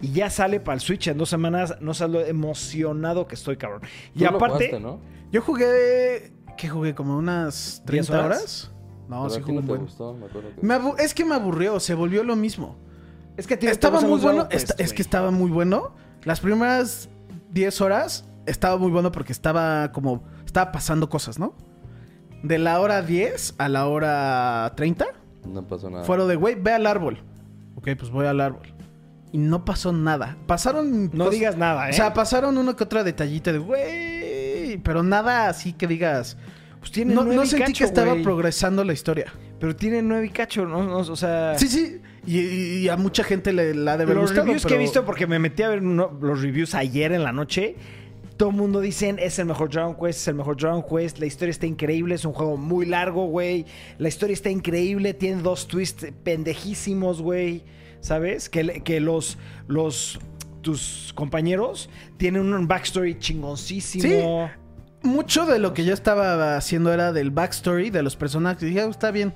Speaker 1: Y ya sale para el Switch en dos semanas. No sé lo emocionado que estoy, cabrón.
Speaker 2: Tú
Speaker 1: Y
Speaker 2: lo
Speaker 1: aparte,
Speaker 2: jugaste, ¿no?
Speaker 3: Yo jugué. ¿Qué jugué? ¿Como unas
Speaker 1: 10
Speaker 3: 30
Speaker 1: horas?
Speaker 3: horas? No,
Speaker 2: Pero
Speaker 3: sí
Speaker 2: a ti
Speaker 3: jugué
Speaker 2: no
Speaker 3: un
Speaker 2: te
Speaker 3: buen.
Speaker 2: gustó, me acuerdo que-
Speaker 3: Me abu- es que me aburrió, se volvió lo mismo.
Speaker 1: es que a ti no te
Speaker 3: Estaba
Speaker 1: gustan
Speaker 3: muy
Speaker 1: los Dragon
Speaker 3: bueno.
Speaker 1: Quest,
Speaker 3: esta- es
Speaker 1: güey.
Speaker 3: que estaba muy bueno. Las primeras 10 horas estaba muy bueno porque estaba como. Estaba pasando cosas, ¿no? De la hora 10 a la hora 30,
Speaker 2: no pasó nada
Speaker 3: fueron de, güey, ve al árbol. Ok, pues voy al árbol. Y no pasó nada. Pasaron.
Speaker 1: No
Speaker 3: cos-
Speaker 1: digas nada, ¿eh?
Speaker 3: O sea, pasaron una que otra detallita de, güey. Pero nada así que digas.
Speaker 1: Pues tiene
Speaker 3: no,
Speaker 1: nueve
Speaker 3: no
Speaker 1: y
Speaker 3: sentí
Speaker 1: cacho,
Speaker 3: que estaba
Speaker 1: güey.
Speaker 3: progresando la historia.
Speaker 1: Pero tiene nueve y cacho, ¿no? No, O sea.
Speaker 3: Ah. Sí, sí. Y, y a mucha gente le la ha de haber
Speaker 1: los
Speaker 3: gustado,
Speaker 1: reviews que
Speaker 3: pero-
Speaker 1: he visto, porque me metí a ver uno- los reviews ayer en la noche, todo el mundo dicen es el mejor Dragon Quest, es el mejor Dragon Quest, la historia está increíble, es un juego muy largo, güey, la historia está increíble, tiene dos twists pendejísimos, güey, ¿sabes? Que, le- que los, los, tus compañeros tienen un backstory chingoncísimo.
Speaker 3: Mucho de lo que yo estaba haciendo era del backstory de los personajes. Y dije, "Ah, está bien.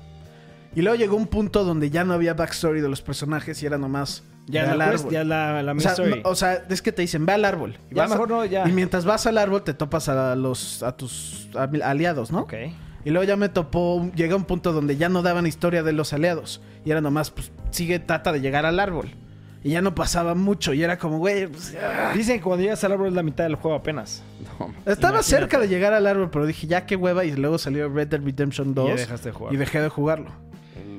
Speaker 3: Y luego llegó un punto donde ya no había backstory de los personajes y era nomás.
Speaker 1: Ya,
Speaker 3: ve
Speaker 1: es
Speaker 3: al
Speaker 1: la, quest,
Speaker 3: árbol.
Speaker 1: ya es la, la
Speaker 3: O
Speaker 1: main
Speaker 3: sea,
Speaker 1: story.
Speaker 3: no- o sea, es que te dicen, ve al árbol. Y,
Speaker 1: Ya,
Speaker 3: vas a-
Speaker 1: mejor no, ya.
Speaker 3: y mientras vas al árbol te topas a los a tus ami- aliados, ¿no?
Speaker 1: Ok.
Speaker 3: Y luego ya me topó, un- llegué a un punto donde ya no daban historia de los aliados. Y era nomás, pues, sigue trata de llegar al árbol. Y ya no pasaba mucho. Y era como, güey, pues, ah.
Speaker 1: Dicen que cuando llegas al árbol es la mitad del juego apenas.
Speaker 2: No,
Speaker 3: Estaba cerca de llegar al árbol, pero dije, ya qué hueva. Y luego salió Red Dead Redemption 2.
Speaker 1: ya dejaste de jugar.
Speaker 3: y dejé de jugarlo.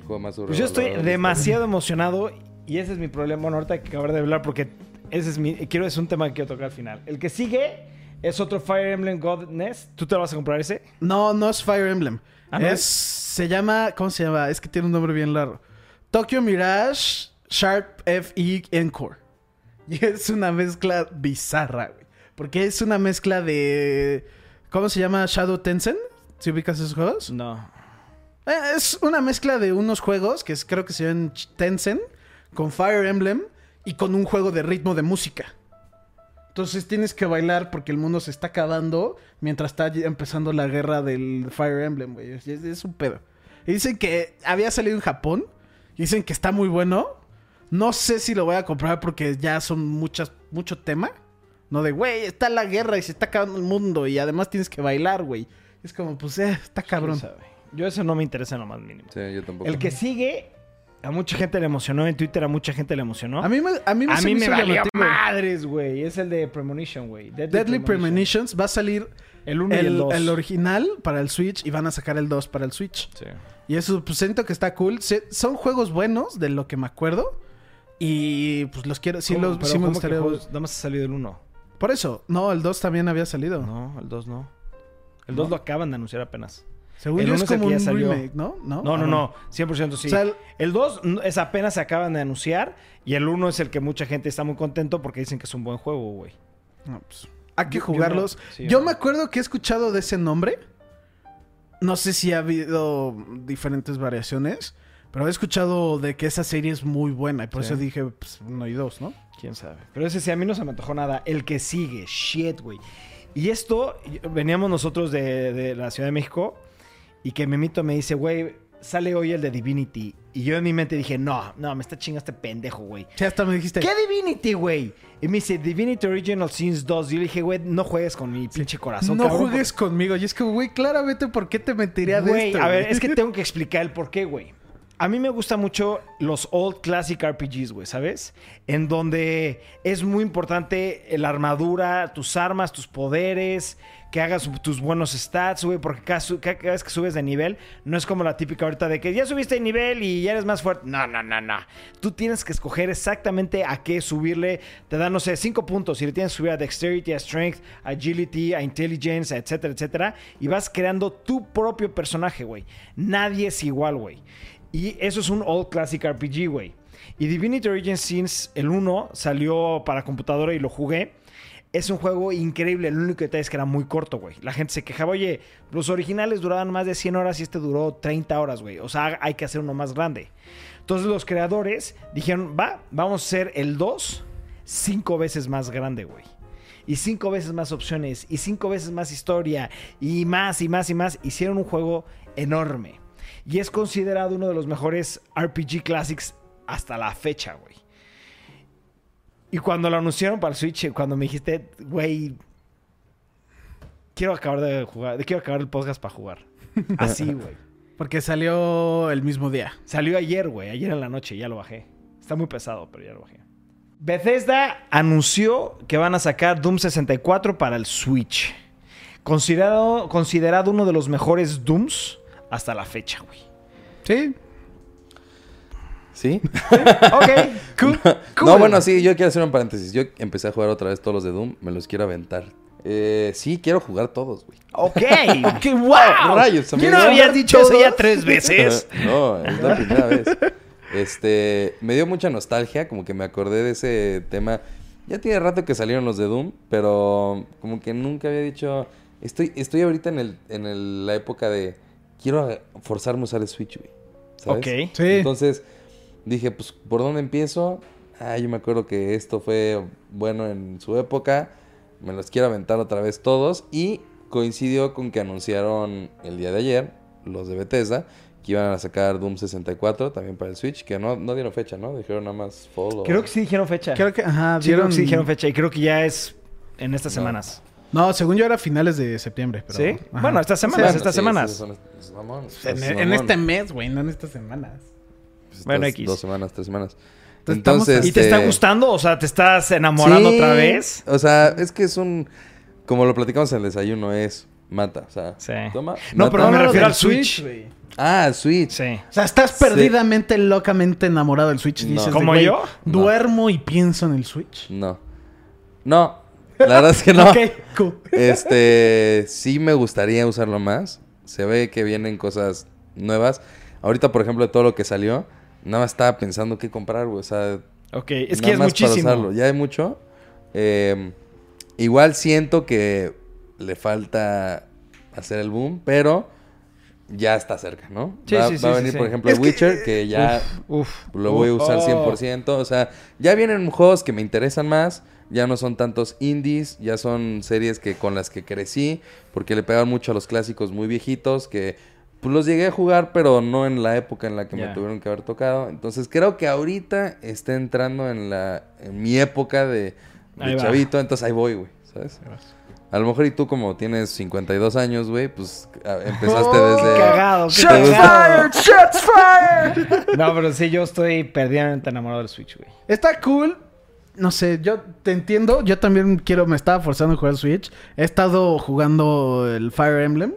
Speaker 2: juego más
Speaker 1: Pues yo estoy demasiado emocionado y ese es mi problema. Bueno, ahorita que acabar de hablar porque ese es mi. Quiero, es un tema que quiero tocar al final. El que sigue es otro Fire Emblem God Nest. ¿Tú te lo vas a comprar ese?
Speaker 3: No, no es Fire Emblem.
Speaker 1: Ah, ¿no
Speaker 3: es,
Speaker 1: es?
Speaker 3: Se llama. ¿Cómo se llama? Es que tiene un nombre bien largo. Tokyo Mirage Sharp FE Encore. Y es una mezcla bizarra, güey. Porque es una mezcla de. ¿Cómo se llama? Shadow Tensen. ¿Si ubicas esos juegos?
Speaker 1: No.
Speaker 3: Eh, Es una mezcla de unos juegos que es- creo que se llaman Ch- Tensen con Fire Emblem y con un juego de ritmo de música. Entonces tienes que bailar porque el mundo se está acabando mientras está ya empezando la guerra del Fire Emblem, güey. Es, es- es un pedo. Y dicen que había salido en Japón. y Dicen que está muy bueno. No sé si lo voy a comprar porque ya son muchas, mucho tema. No de, güey, está la guerra y se está acabando el mundo y además tienes que bailar, güey. Es como, pues, eh, está cabrón.
Speaker 1: Yo eso no me interesa en lo más mínimo.
Speaker 2: Sí, yo tampoco.
Speaker 1: El que sigue, a mucha gente le emocionó en Twitter, a mucha gente le emocionó.
Speaker 3: A mí me, a mí me,
Speaker 1: A
Speaker 3: se
Speaker 1: mí
Speaker 3: me
Speaker 1: me
Speaker 3: hizo
Speaker 1: valió
Speaker 3: llamativo.
Speaker 1: madres, güey. Es el de Premonition, güey. Deadly,
Speaker 3: Deadly
Speaker 1: Premonition.
Speaker 3: Premonitions va a salir
Speaker 1: El uno y el dos.
Speaker 3: original para el Switch y van a sacar el 2 para el Switch. Y eso pues, siento que está cool. Se- son juegos buenos de lo que me acuerdo. Y pues los quiero. Sí,
Speaker 1: ¿Cómo?
Speaker 3: los,
Speaker 1: Pero
Speaker 3: sí me
Speaker 1: ¿cómo que
Speaker 3: gustaría.
Speaker 1: juegos? Nada más ha salido el 1.
Speaker 3: Por eso. No, el 2 también había salido.
Speaker 1: No, el 2 no. El 2 lo
Speaker 3: No.
Speaker 1: acaban de anunciar apenas.
Speaker 3: Según
Speaker 1: el
Speaker 3: yo
Speaker 1: uno
Speaker 3: es
Speaker 1: el
Speaker 3: como
Speaker 1: que ya
Speaker 3: un
Speaker 1: salió.
Speaker 3: remake, ¿no?
Speaker 1: No,
Speaker 3: No, Ah,
Speaker 1: no,
Speaker 3: bueno.
Speaker 1: no. 100% sí.
Speaker 3: O sea, el-
Speaker 1: el 2 es apenas se acaban de anunciar. Y el 1 es el que mucha gente está muy contento porque dicen que es un buen juego, güey.
Speaker 3: No, pues, Hay que
Speaker 1: Yo- yo
Speaker 3: jugarlos.
Speaker 1: no-
Speaker 3: Yo,
Speaker 1: sí,
Speaker 3: me acuerdo que he escuchado de ese nombre. No sé si ha habido diferentes variaciones. Pero he escuchado de que esa serie es muy buena. Y por
Speaker 1: Sí.
Speaker 3: eso dije, pues, uno y dos, ¿no?
Speaker 1: Quién sabe. Pero ese sí, a mí no se me antojó nada. El que sigue, shit, güey. Y esto, y- veníamos nosotros de, de la Ciudad de México y que Memito me dice, güey, sale hoy el de Divinity. Y yo en mi mente dije, no, no, me está chingando este pendejo, güey.
Speaker 3: Ya hasta me dijiste.
Speaker 1: ¿Qué Divinity, güey? Y me dice, Divinity Original Sins 2. Y yo le dije, güey, no juegues con mi pinche corazón.
Speaker 3: No
Speaker 1: cabrón,
Speaker 3: juegues conmigo. Y es que, güey, claramente, ¿por qué te mentiría de
Speaker 1: Güey,
Speaker 3: esto?
Speaker 1: a ver,
Speaker 3: güey?
Speaker 1: es que tengo que explicar el por qué, güey. A mí me gustan mucho los old classic RPGs, güey, ¿sabes? En donde es muy importante la armadura, tus armas, tus poderes, que hagas tus buenos stats, güey, porque cada, su- cada vez que subes de nivel, no es como la típica ahorita de que ya subiste de nivel y ya eres más fuerte. No, no, no, no. Tú tienes que escoger exactamente a qué subirle. Te dan, no sé, cinco puntos y le tienes que subir a Dexterity, a Strength, a Agility, a Intelligence, a etcétera, etcétera. Y vas creando tu propio personaje, güey. Nadie es igual, güey. Y eso es un old classic RPG, güey. Y Divinity Origin Sins, el 1, salió para computadora y lo jugué. Es un juego increíble, el único detalle es que era muy corto, güey. La gente se quejaba, oye, los originales duraban más de 100 horas y este duró 30 horas, güey. O sea, hay que hacer uno más grande. Entonces los creadores dijeron, va, vamos a hacer el 2 cinco veces más grande, güey. Y cinco veces más opciones, y cinco veces más historia, y más, y más, y más. Hicieron un juego enorme. Y es considerado uno de los mejores RPG Classics hasta la fecha, güey. Y cuando lo anunciaron para el Switch, cuando me dijiste, güey, quiero acabar de jugar, quiero acabar el podcast para jugar. Así, güey.
Speaker 3: Porque salió el mismo día.
Speaker 1: Salió ayer, güey, ayer en la noche, ya lo bajé. Está muy pesado, pero ya lo bajé. Bethesda anunció que van a sacar Doom 64 para el Switch. Considerado, considerado uno de los mejores Dooms hasta la fecha, güey.
Speaker 3: Sí.
Speaker 2: ¿Sí?
Speaker 1: Ok, cool. cool.
Speaker 2: No, bueno, sí, yo quiero hacer un paréntesis. Yo empecé a jugar otra vez todos los de Doom, me los quiero aventar. Eh, sí, quiero jugar todos, güey.
Speaker 1: Ok.
Speaker 3: ¡Qué wow!
Speaker 2: Rayos,
Speaker 1: Yo
Speaker 2: amigo.
Speaker 1: no había dicho eso ya tres veces.
Speaker 2: no, es la primera vez. Este, me dio mucha nostalgia, como que me acordé de ese tema. Ya tiene rato que salieron los de Doom, pero como que nunca había dicho, estoy estoy ahorita en el en el- la época de quiero a- forzarme a usar el Switch, güey. ¿Sabes?
Speaker 1: Ok.
Speaker 3: Sí.
Speaker 2: Entonces dije, pues ¿por dónde empiezo? Ah, yo me acuerdo que esto fue bueno en su época. Me los quiero aventar otra vez todos. Y coincidió con que anunciaron el día de ayer, los de Bethesda, que iban a sacar Doom 64 también para el Switch, que no, no dieron fecha, ¿no? Dijeron nada más Fall o-
Speaker 1: Creo que sí dijeron fecha.
Speaker 3: Creo que, ajá,
Speaker 1: Sí, creo
Speaker 3: dieron-
Speaker 1: que sí dijeron fecha y creo que ya es en estas semanas.
Speaker 3: No, según yo era finales de septiembre. Pero,
Speaker 1: ¿Sí?
Speaker 3: Ajá.
Speaker 1: Bueno, estas semanas,
Speaker 2: Bueno,
Speaker 1: estas
Speaker 2: sí,
Speaker 1: semanas. e-
Speaker 2: sí, son- son mamones, son
Speaker 3: En, en
Speaker 2: mamones.
Speaker 3: este mes, güey, no en estas semanas.
Speaker 2: Pues
Speaker 1: Bueno,
Speaker 2: estas
Speaker 1: X.
Speaker 2: Dos semanas, tres semanas.
Speaker 3: Entonces, estamos-
Speaker 2: Entonces,
Speaker 1: ¿Y te está
Speaker 2: este,
Speaker 1: gustando? O sea, ¿te estás enamorando
Speaker 2: Sí,
Speaker 1: otra vez?
Speaker 2: O sea, es que es un. Como lo platicamos en el desayuno, es mata. O sea, toma.
Speaker 1: No,
Speaker 2: mata.
Speaker 1: pero no me refiero al
Speaker 3: Switch,
Speaker 1: Switch.
Speaker 3: güey.
Speaker 2: Ah, Switch.
Speaker 1: Sí.
Speaker 3: O sea, estás perdidamente, locamente enamorado del Switch.
Speaker 2: No.
Speaker 3: Dices, de,
Speaker 2: ¿Como
Speaker 3: "Güey,
Speaker 2: yo? No.
Speaker 3: Duermo y pienso en el Switch.
Speaker 2: No. No. La verdad es que no.
Speaker 3: Ok, cool.
Speaker 2: Este, sí me gustaría usarlo más. Se ve que vienen cosas nuevas. Ahorita, por ejemplo, de todo lo que salió, nada más estaba pensando qué comprar, güey. O sea,
Speaker 1: Ok, es
Speaker 2: nada
Speaker 1: que es
Speaker 2: más para
Speaker 1: muchísimo.
Speaker 2: usarlo. Ya hay mucho. Eh, igual siento que le falta hacer el boom, pero ya está cerca, ¿no?
Speaker 1: Sí,
Speaker 2: va
Speaker 1: sí, sí,
Speaker 2: va a
Speaker 1: sí,
Speaker 2: venir,
Speaker 1: sí.
Speaker 2: por ejemplo,
Speaker 1: Es que- eh,
Speaker 2: Witcher, que, ya
Speaker 1: Uf, uf,
Speaker 2: lo voy a
Speaker 1: uf.
Speaker 2: usar
Speaker 1: Oh.
Speaker 2: 100%. O sea, ya vienen juegos que me interesan más. Ya no son tantos indies, ya son series que con las que crecí, porque le pegaban mucho a los clásicos muy viejitos, que pues, los llegué a jugar, pero no en la época en la que
Speaker 1: Ya.
Speaker 2: me tuvieron que haber tocado. Entonces creo que ahorita está entrando en la en mi época de, de
Speaker 1: Ahí va.
Speaker 2: chavito, entonces ahí voy, güey, ¿sabes? A lo mejor y tú como tienes 52 años, güey, pues a- empezaste
Speaker 1: Oh,
Speaker 2: desde...
Speaker 1: qué cagado, qué
Speaker 2: desde-
Speaker 1: cagado.
Speaker 3: ¡Shots fired!
Speaker 1: No, pero sí, yo estoy perdidamente enamorado del Switch, güey.
Speaker 3: Está cool. No sé, yo te entiendo. Yo también quiero, me estaba forzando a jugar al Switch. He estado jugando el Fire Emblem.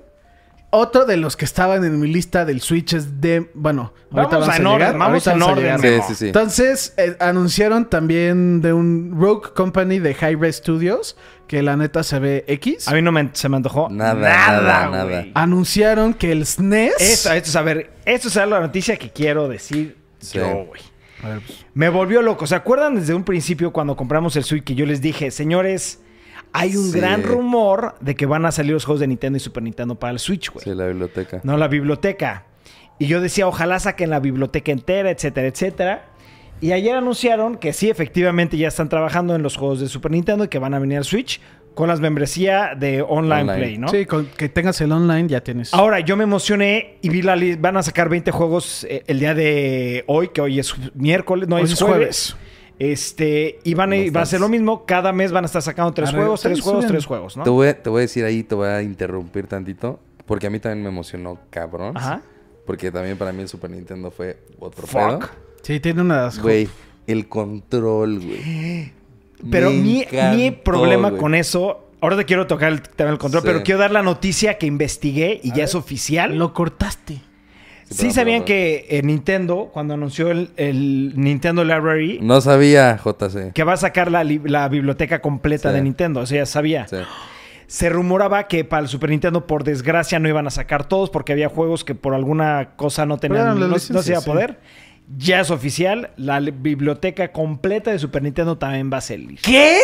Speaker 3: Otro de los que estaban en mi lista del Switch es de. Bueno, ahorita
Speaker 1: Vamos
Speaker 3: vamos,
Speaker 1: en
Speaker 3: a llegar.
Speaker 1: orden, vamos
Speaker 3: ahorita
Speaker 1: en
Speaker 3: a
Speaker 1: orden,
Speaker 3: llegar.
Speaker 1: Memo. Sí, sí, sí.
Speaker 3: Entonces, eh, anunciaron también de un Rogue Company de High Res Studios. Que la neta se ve X.
Speaker 1: A mí no me, se me antojó
Speaker 2: Nada,
Speaker 1: nada,
Speaker 2: nada, nada.
Speaker 3: Anunciaron que el E SNES.
Speaker 1: Esto, esto es, a ver, esto es la noticia que quiero decir
Speaker 2: Sí.
Speaker 1: yo, güey. Me volvió loco. ¿Se acuerdan desde un principio cuando compramos el Switch que yo les dije, señores, hay un
Speaker 2: Sí.
Speaker 1: gran rumor de que van a salir los juegos de Nintendo y Super Nintendo para el Switch, güey?
Speaker 2: Sí, la biblioteca.
Speaker 1: No la biblioteca. Y yo decía, ojalá saquen la biblioteca entera, etcétera, etcétera. Y ayer anunciaron que sí, efectivamente ya están trabajando en los juegos de Super Nintendo y que van a venir al Switch con las membresía de Online,
Speaker 3: Online.
Speaker 1: Play, ¿no?
Speaker 3: Sí, con que tengas el online ya tienes.
Speaker 1: Ahora, yo me emocioné y vi la lista. Van a sacar 20 juegos eh, el día de hoy, que hoy es miércoles, no,
Speaker 3: Hoy
Speaker 1: es,
Speaker 3: es
Speaker 1: jueves.
Speaker 3: jueves.
Speaker 1: Este, y van a, va a
Speaker 2: Bastantes.
Speaker 1: ser lo mismo. Cada mes van a estar sacando tres
Speaker 3: Arre-
Speaker 1: juegos,
Speaker 3: sí,
Speaker 1: tres juegos,
Speaker 3: suben.
Speaker 1: tres juegos, ¿no?
Speaker 2: Te voy, te voy a decir ahí, te voy a interrumpir tantito, porque a mí también me emocionó, cabrón.
Speaker 1: Ajá.
Speaker 2: Porque también para mí el Super Nintendo fue otro pedo.
Speaker 1: Fuck.
Speaker 3: Sí, tiene unas.
Speaker 2: Güey, el control, güey.
Speaker 1: Pero
Speaker 2: Me
Speaker 1: mi, mi
Speaker 2: encantó,
Speaker 1: problema
Speaker 2: güey.
Speaker 1: con eso. Ahora te quiero tocar el, tema del control,
Speaker 2: Sí.
Speaker 1: pero quiero dar la noticia que investigué y ya es oficial.
Speaker 3: Lo cortaste.
Speaker 1: Sí,
Speaker 2: perdón,
Speaker 1: sabían
Speaker 2: perdón,
Speaker 1: que eh, Nintendo, cuando anunció el, el Nintendo Library,
Speaker 2: No sabía, JC.
Speaker 1: que va a sacar la, li- la biblioteca completa
Speaker 2: Sí.
Speaker 1: de Nintendo. O sea, ya sabía.
Speaker 2: Sí.
Speaker 1: Se rumoraba que para el Super Nintendo, por desgracia, no iban a sacar todos porque había juegos que por alguna cosa no tenían,
Speaker 3: eran
Speaker 1: no,
Speaker 3: las
Speaker 1: no
Speaker 3: licencias,
Speaker 1: se iba a
Speaker 3: sí.
Speaker 1: poder. Ya es oficial, la li- biblioteca completa de Super Nintendo también va a salir.
Speaker 3: ¿Qué?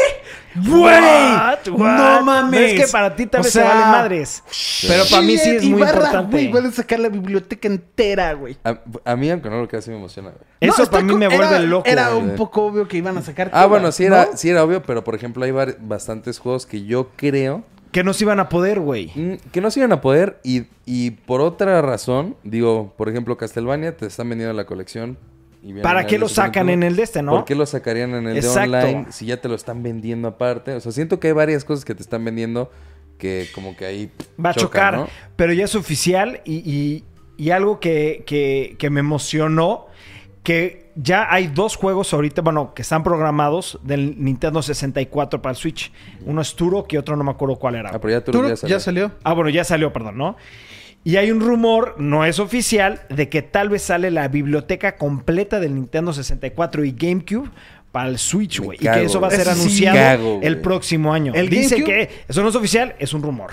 Speaker 3: ¡Güey!
Speaker 1: What? What?
Speaker 3: ¡No mames!
Speaker 1: Es que para ti tal
Speaker 3: O
Speaker 1: vez
Speaker 3: sea,
Speaker 1: se vale madres. Pero para mí sí es muy
Speaker 3: Ibarra,
Speaker 1: importante.
Speaker 3: güey, van a sacar la biblioteca entera, güey.
Speaker 2: A, a mí, aunque no lo creas, sí me emociona, güey.
Speaker 1: Eso
Speaker 3: está
Speaker 1: para mí
Speaker 3: co-
Speaker 1: me
Speaker 3: era-
Speaker 1: vuelve loco.
Speaker 3: Era
Speaker 1: güey.
Speaker 3: un poco obvio que iban a sacar.
Speaker 2: Ah,
Speaker 3: todas,
Speaker 2: bueno, sí era,
Speaker 3: ¿no?
Speaker 2: sí era obvio, pero por ejemplo hay var- bastantes juegos que yo creo
Speaker 1: Que no se iban a poder, güey.
Speaker 2: Mm, Que no se iban a poder y, y por otra razón, digo, por ejemplo, Castlevania te están vendiendo la colección. y vienen
Speaker 1: ¿Para
Speaker 2: en
Speaker 1: qué
Speaker 2: el
Speaker 1: lo
Speaker 2: Super
Speaker 1: sacan
Speaker 2: Nintendo.
Speaker 1: en el de este, no?
Speaker 2: ¿Por qué lo sacarían en el
Speaker 1: Exacto.
Speaker 2: de online si ya te lo están vendiendo aparte? O sea, siento que hay varias cosas que te están vendiendo que como que ahí pff,
Speaker 1: Va a chocar,
Speaker 2: chocan, ¿no?
Speaker 1: pero ya es oficial y, y- y algo que, que- que me emocionó, que ya hay dos juegos ahorita, bueno, que están programados del Nintendo 64 para el Switch. Uno es Turok y otro no me acuerdo cuál era.
Speaker 2: Ah, pues. pero ya tú
Speaker 3: Turok
Speaker 2: ya salió.
Speaker 3: ya salió.
Speaker 1: Ah, bueno, ya salió, perdón, ¿no? Y hay un rumor, no es oficial, de que tal vez sale la biblioteca completa del Nintendo 64 y GameCube para el Switch,
Speaker 2: Me
Speaker 1: güey. Y que
Speaker 2: cago,
Speaker 1: eso va a
Speaker 2: güey.
Speaker 1: ser
Speaker 3: Eso sí.
Speaker 1: anunciado
Speaker 2: Cago, güey.
Speaker 1: el próximo año.
Speaker 3: ¿El
Speaker 1: Dice
Speaker 3: GameCube?
Speaker 1: que eso no es oficial, es un rumor.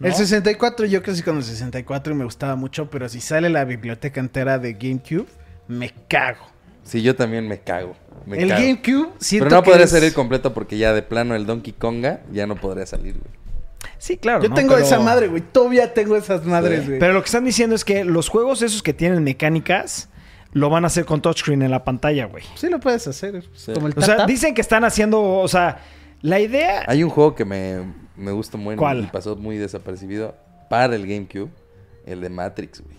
Speaker 1: ¿no?
Speaker 3: El 64, yo crecí con el 64 y me gustaba mucho, pero si sale la biblioteca entera de GameCube, me cago.
Speaker 2: Sí, yo también me cago. me
Speaker 3: el
Speaker 2: cago.
Speaker 3: GameCube, siento
Speaker 2: Pero no
Speaker 3: que
Speaker 2: podría
Speaker 3: es-
Speaker 2: salir completo porque ya de plano el Donkey Konga ya no podría salir, güey.
Speaker 1: Sí, claro.
Speaker 3: Yo
Speaker 1: ¿no?
Speaker 3: tengo
Speaker 1: Pero-
Speaker 3: esa madre, güey. Todavía tengo esas madres,
Speaker 2: Sí.
Speaker 3: güey.
Speaker 1: Pero lo que están diciendo es que los juegos esos que tienen mecánicas lo van a hacer con touchscreen en la pantalla, güey.
Speaker 3: Sí lo puedes hacer.
Speaker 2: Sí.
Speaker 3: Como el
Speaker 1: O sea,
Speaker 3: tap-tap.
Speaker 1: dicen que están haciendo, o sea, la idea
Speaker 2: Hay un juego que me, me gusta muy
Speaker 1: ¿Cuál?
Speaker 2: y pasó muy desapercibido para el GameCube, el de Matrix, güey.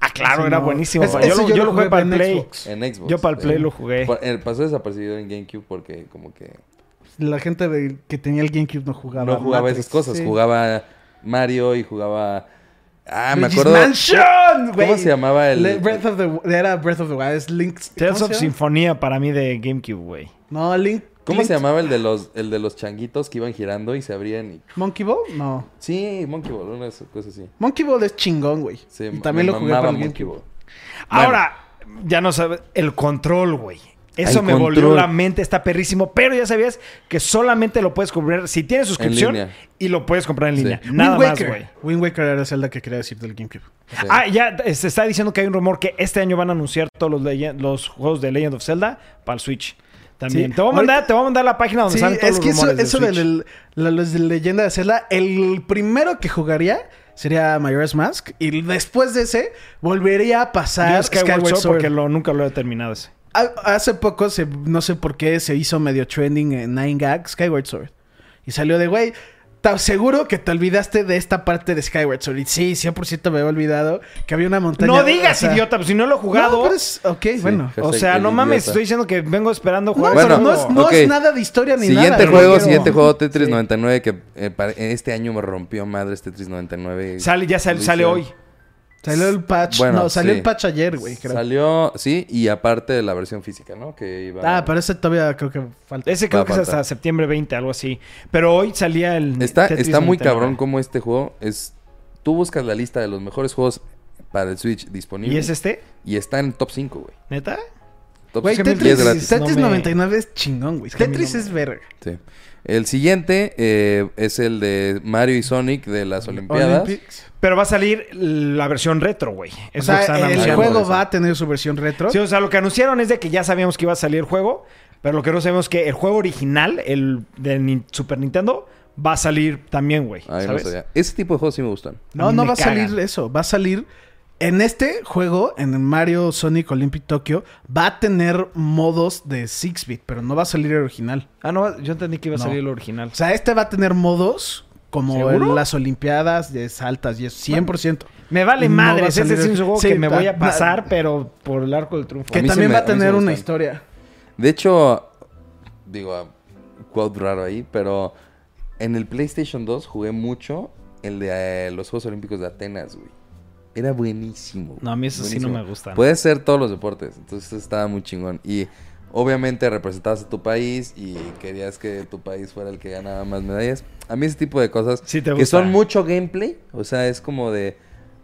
Speaker 1: Ah, claro,
Speaker 3: Ese
Speaker 1: era
Speaker 3: no.
Speaker 1: buenísimo.
Speaker 3: Ese-
Speaker 1: güey. yo,
Speaker 3: ese
Speaker 1: lo, yo lo jugué para el Play.
Speaker 3: Xbox.
Speaker 2: En Xbox.
Speaker 1: Yo para el Play
Speaker 2: Sí.
Speaker 1: lo jugué.
Speaker 2: Pa- eh, pasó desapercibido en GameCube porque como que
Speaker 3: La gente de- que tenía el GameCube no jugaba.
Speaker 2: no jugaba
Speaker 3: Matrix.
Speaker 2: esas cosas.
Speaker 3: Sí.
Speaker 2: Jugaba Mario y jugaba... Ah, me
Speaker 3: Luigi's
Speaker 2: acuerdo...
Speaker 3: Mansion, güey.
Speaker 2: se llamaba el-
Speaker 3: Le- Breath of the... Era Breath of the Wild. Es Link's...
Speaker 1: Tales
Speaker 3: ¿cómo
Speaker 1: of
Speaker 3: se llama?
Speaker 1: Sinfonía para mí de GameCube, güey.
Speaker 3: No, Link...
Speaker 2: ¿Cómo se llamaba el de los el de los changuitos que iban girando y se abrían y
Speaker 3: ¿Monkey Ball? No.
Speaker 2: Sí, Monkey Ball, una cosa así.
Speaker 3: Monkey Ball es chingón, güey.
Speaker 2: Sí,
Speaker 3: Y
Speaker 2: me
Speaker 3: también lo jugué
Speaker 2: mamaba
Speaker 3: para el
Speaker 2: Monkey
Speaker 3: GameCube.
Speaker 2: Ball.
Speaker 1: Ahora, ya no sabes, el control, güey. Eso
Speaker 2: El
Speaker 1: me volvió
Speaker 2: control.
Speaker 1: la mente, está perrísimo, pero ya sabías que solamente lo puedes comprar si tienes suscripción
Speaker 2: línea.
Speaker 1: y lo puedes comprar en línea.
Speaker 3: Wind
Speaker 1: Nada más,
Speaker 3: Waker.
Speaker 1: güey.
Speaker 3: Wind Waker era Zelda que quería decir del GameCube.
Speaker 1: Ah, ya eh, se está diciendo que hay un rumor que este año van a anunciar todos los, leye- los juegos de Legend of Zelda para el Switch. También.
Speaker 3: Sí.
Speaker 1: Te, voy a mandar,
Speaker 3: Ahorita-
Speaker 1: te voy a mandar la página donde
Speaker 3: Sí,
Speaker 1: salen todos
Speaker 3: es
Speaker 1: los
Speaker 3: que eso,
Speaker 1: rumores del
Speaker 3: eso
Speaker 1: Switch.
Speaker 3: del- la- los de leyenda de Zelda, el primero que jugaría sería Majora's Mask y después de ese volvería a pasar
Speaker 1: Yo Skyward Sword porque lo- nunca lo he terminado ese.
Speaker 3: Ha- Hace poco, se- no sé por qué, se hizo medio trending en 9gag Skyward Sword. Y salió de, güey, te seguro que te olvidaste de esta parte de Skyward Sword. Y sí, 100% me había olvidado que había una montaña.
Speaker 1: No digas,
Speaker 3: o sea-
Speaker 1: idiota, pues si no lo he jugado.
Speaker 3: No, pero es- ok, bueno.
Speaker 1: o sea,
Speaker 2: el
Speaker 1: no mames,
Speaker 2: idiota.
Speaker 1: estoy diciendo que vengo esperando jugar.
Speaker 2: Bueno,
Speaker 1: pero
Speaker 3: no es, no
Speaker 2: ok.
Speaker 3: es nada de historia ni nada.
Speaker 2: Siguiente
Speaker 3: güey.
Speaker 2: juego,
Speaker 3: Quiero-
Speaker 2: siguiente juego Tetris 99 que eh, para- este año me rompió madres Tetris 99.
Speaker 1: Sale, ya sale,
Speaker 2: Lo
Speaker 1: sale
Speaker 2: hicieron.
Speaker 1: hoy.
Speaker 3: Salió el patch.
Speaker 2: Bueno,
Speaker 3: no, salió
Speaker 2: sí.
Speaker 3: el patch ayer, güey, creo.
Speaker 2: Salió, sí, y aparte de la versión física, ¿no? Que iba
Speaker 3: Ah, pero ese todavía creo que falta.
Speaker 1: Ese creo
Speaker 2: Va a
Speaker 1: que es
Speaker 2: faltar.
Speaker 1: hasta septiembre 20, algo así. Pero hoy salía el.
Speaker 2: Está,
Speaker 1: Tetris
Speaker 2: está muy
Speaker 1: 99.
Speaker 2: cabrón como este juego es. Tú buscas la lista de los mejores juegos para el Switch disponible.
Speaker 1: ¿Y es este?
Speaker 2: Y está en top 5, güey.
Speaker 1: ¿Neta?
Speaker 2: Top
Speaker 3: Güey,
Speaker 2: 5 y
Speaker 3: Tetris,
Speaker 2: es gratis.
Speaker 3: Tetris
Speaker 1: No me-
Speaker 3: 99 es chingón, güey.
Speaker 1: que a mí no
Speaker 3: Tetris
Speaker 1: me-
Speaker 3: es verga.
Speaker 2: Sí. El siguiente eh, es el de Mario y Sonic de las Olimpiadas.
Speaker 3: Olympics.
Speaker 1: Pero va a salir la versión retro, güey.
Speaker 3: O
Speaker 1: Eso
Speaker 3: sea,
Speaker 1: están
Speaker 3: el
Speaker 1: anunciando.
Speaker 3: juego va a tener su versión retro.
Speaker 1: Sí, o sea, lo que anunciaron es de que ya sabíamos que iba a salir el juego, pero lo que no sabemos es que el juego original, el de Ni- Super Nintendo, va a salir también, güey.
Speaker 2: Ay, no
Speaker 1: ¿Sabes?
Speaker 2: sabía. Ese tipo de juegos sí me gustan.
Speaker 1: A
Speaker 3: No,
Speaker 1: mí
Speaker 3: no
Speaker 1: me
Speaker 3: va a
Speaker 1: cagan.
Speaker 3: salir eso. Va a salir. En este juego, en el Mario Sonic Olympic Tokyo, va a tener modos de 6-bit, pero no va a salir el original.
Speaker 1: Ah, no, yo entendí que iba a
Speaker 3: No.
Speaker 1: salir el original.
Speaker 3: O sea, este va a tener modos como
Speaker 1: ¿Seguro?
Speaker 3: en las Olimpiadas de saltas y es 100%.
Speaker 1: Me vale
Speaker 3: No va
Speaker 1: madre,
Speaker 3: a
Speaker 1: este
Speaker 3: salir
Speaker 1: es un
Speaker 3: el-
Speaker 1: juego
Speaker 3: Sí,
Speaker 1: que me
Speaker 3: va-
Speaker 1: voy a
Speaker 3: va-
Speaker 1: pasar, pero por el arco del triunfo.
Speaker 3: Que
Speaker 2: A mí sí
Speaker 3: también
Speaker 2: me-
Speaker 3: va
Speaker 2: a
Speaker 3: a
Speaker 2: mí sí me
Speaker 3: tener una
Speaker 2: gustan.
Speaker 3: historia.
Speaker 2: De hecho, digo, ah, quote raro ahí, pero en el PlayStation 2 jugué mucho el de eh, los Juegos Olímpicos de Atenas, güey. Era buenísimo. güey.
Speaker 1: No, a mí eso sí no
Speaker 2: Buenísimo.
Speaker 1: me gusta.
Speaker 2: Puedes ser todos los deportes, entonces estaba muy chingón. Y obviamente representabas a tu país y querías que tu país fuera el que ganaba más medallas. A mí ese tipo de cosas
Speaker 1: Sí te
Speaker 2: que
Speaker 1: gusta.
Speaker 2: son mucho gameplay, o sea, es como de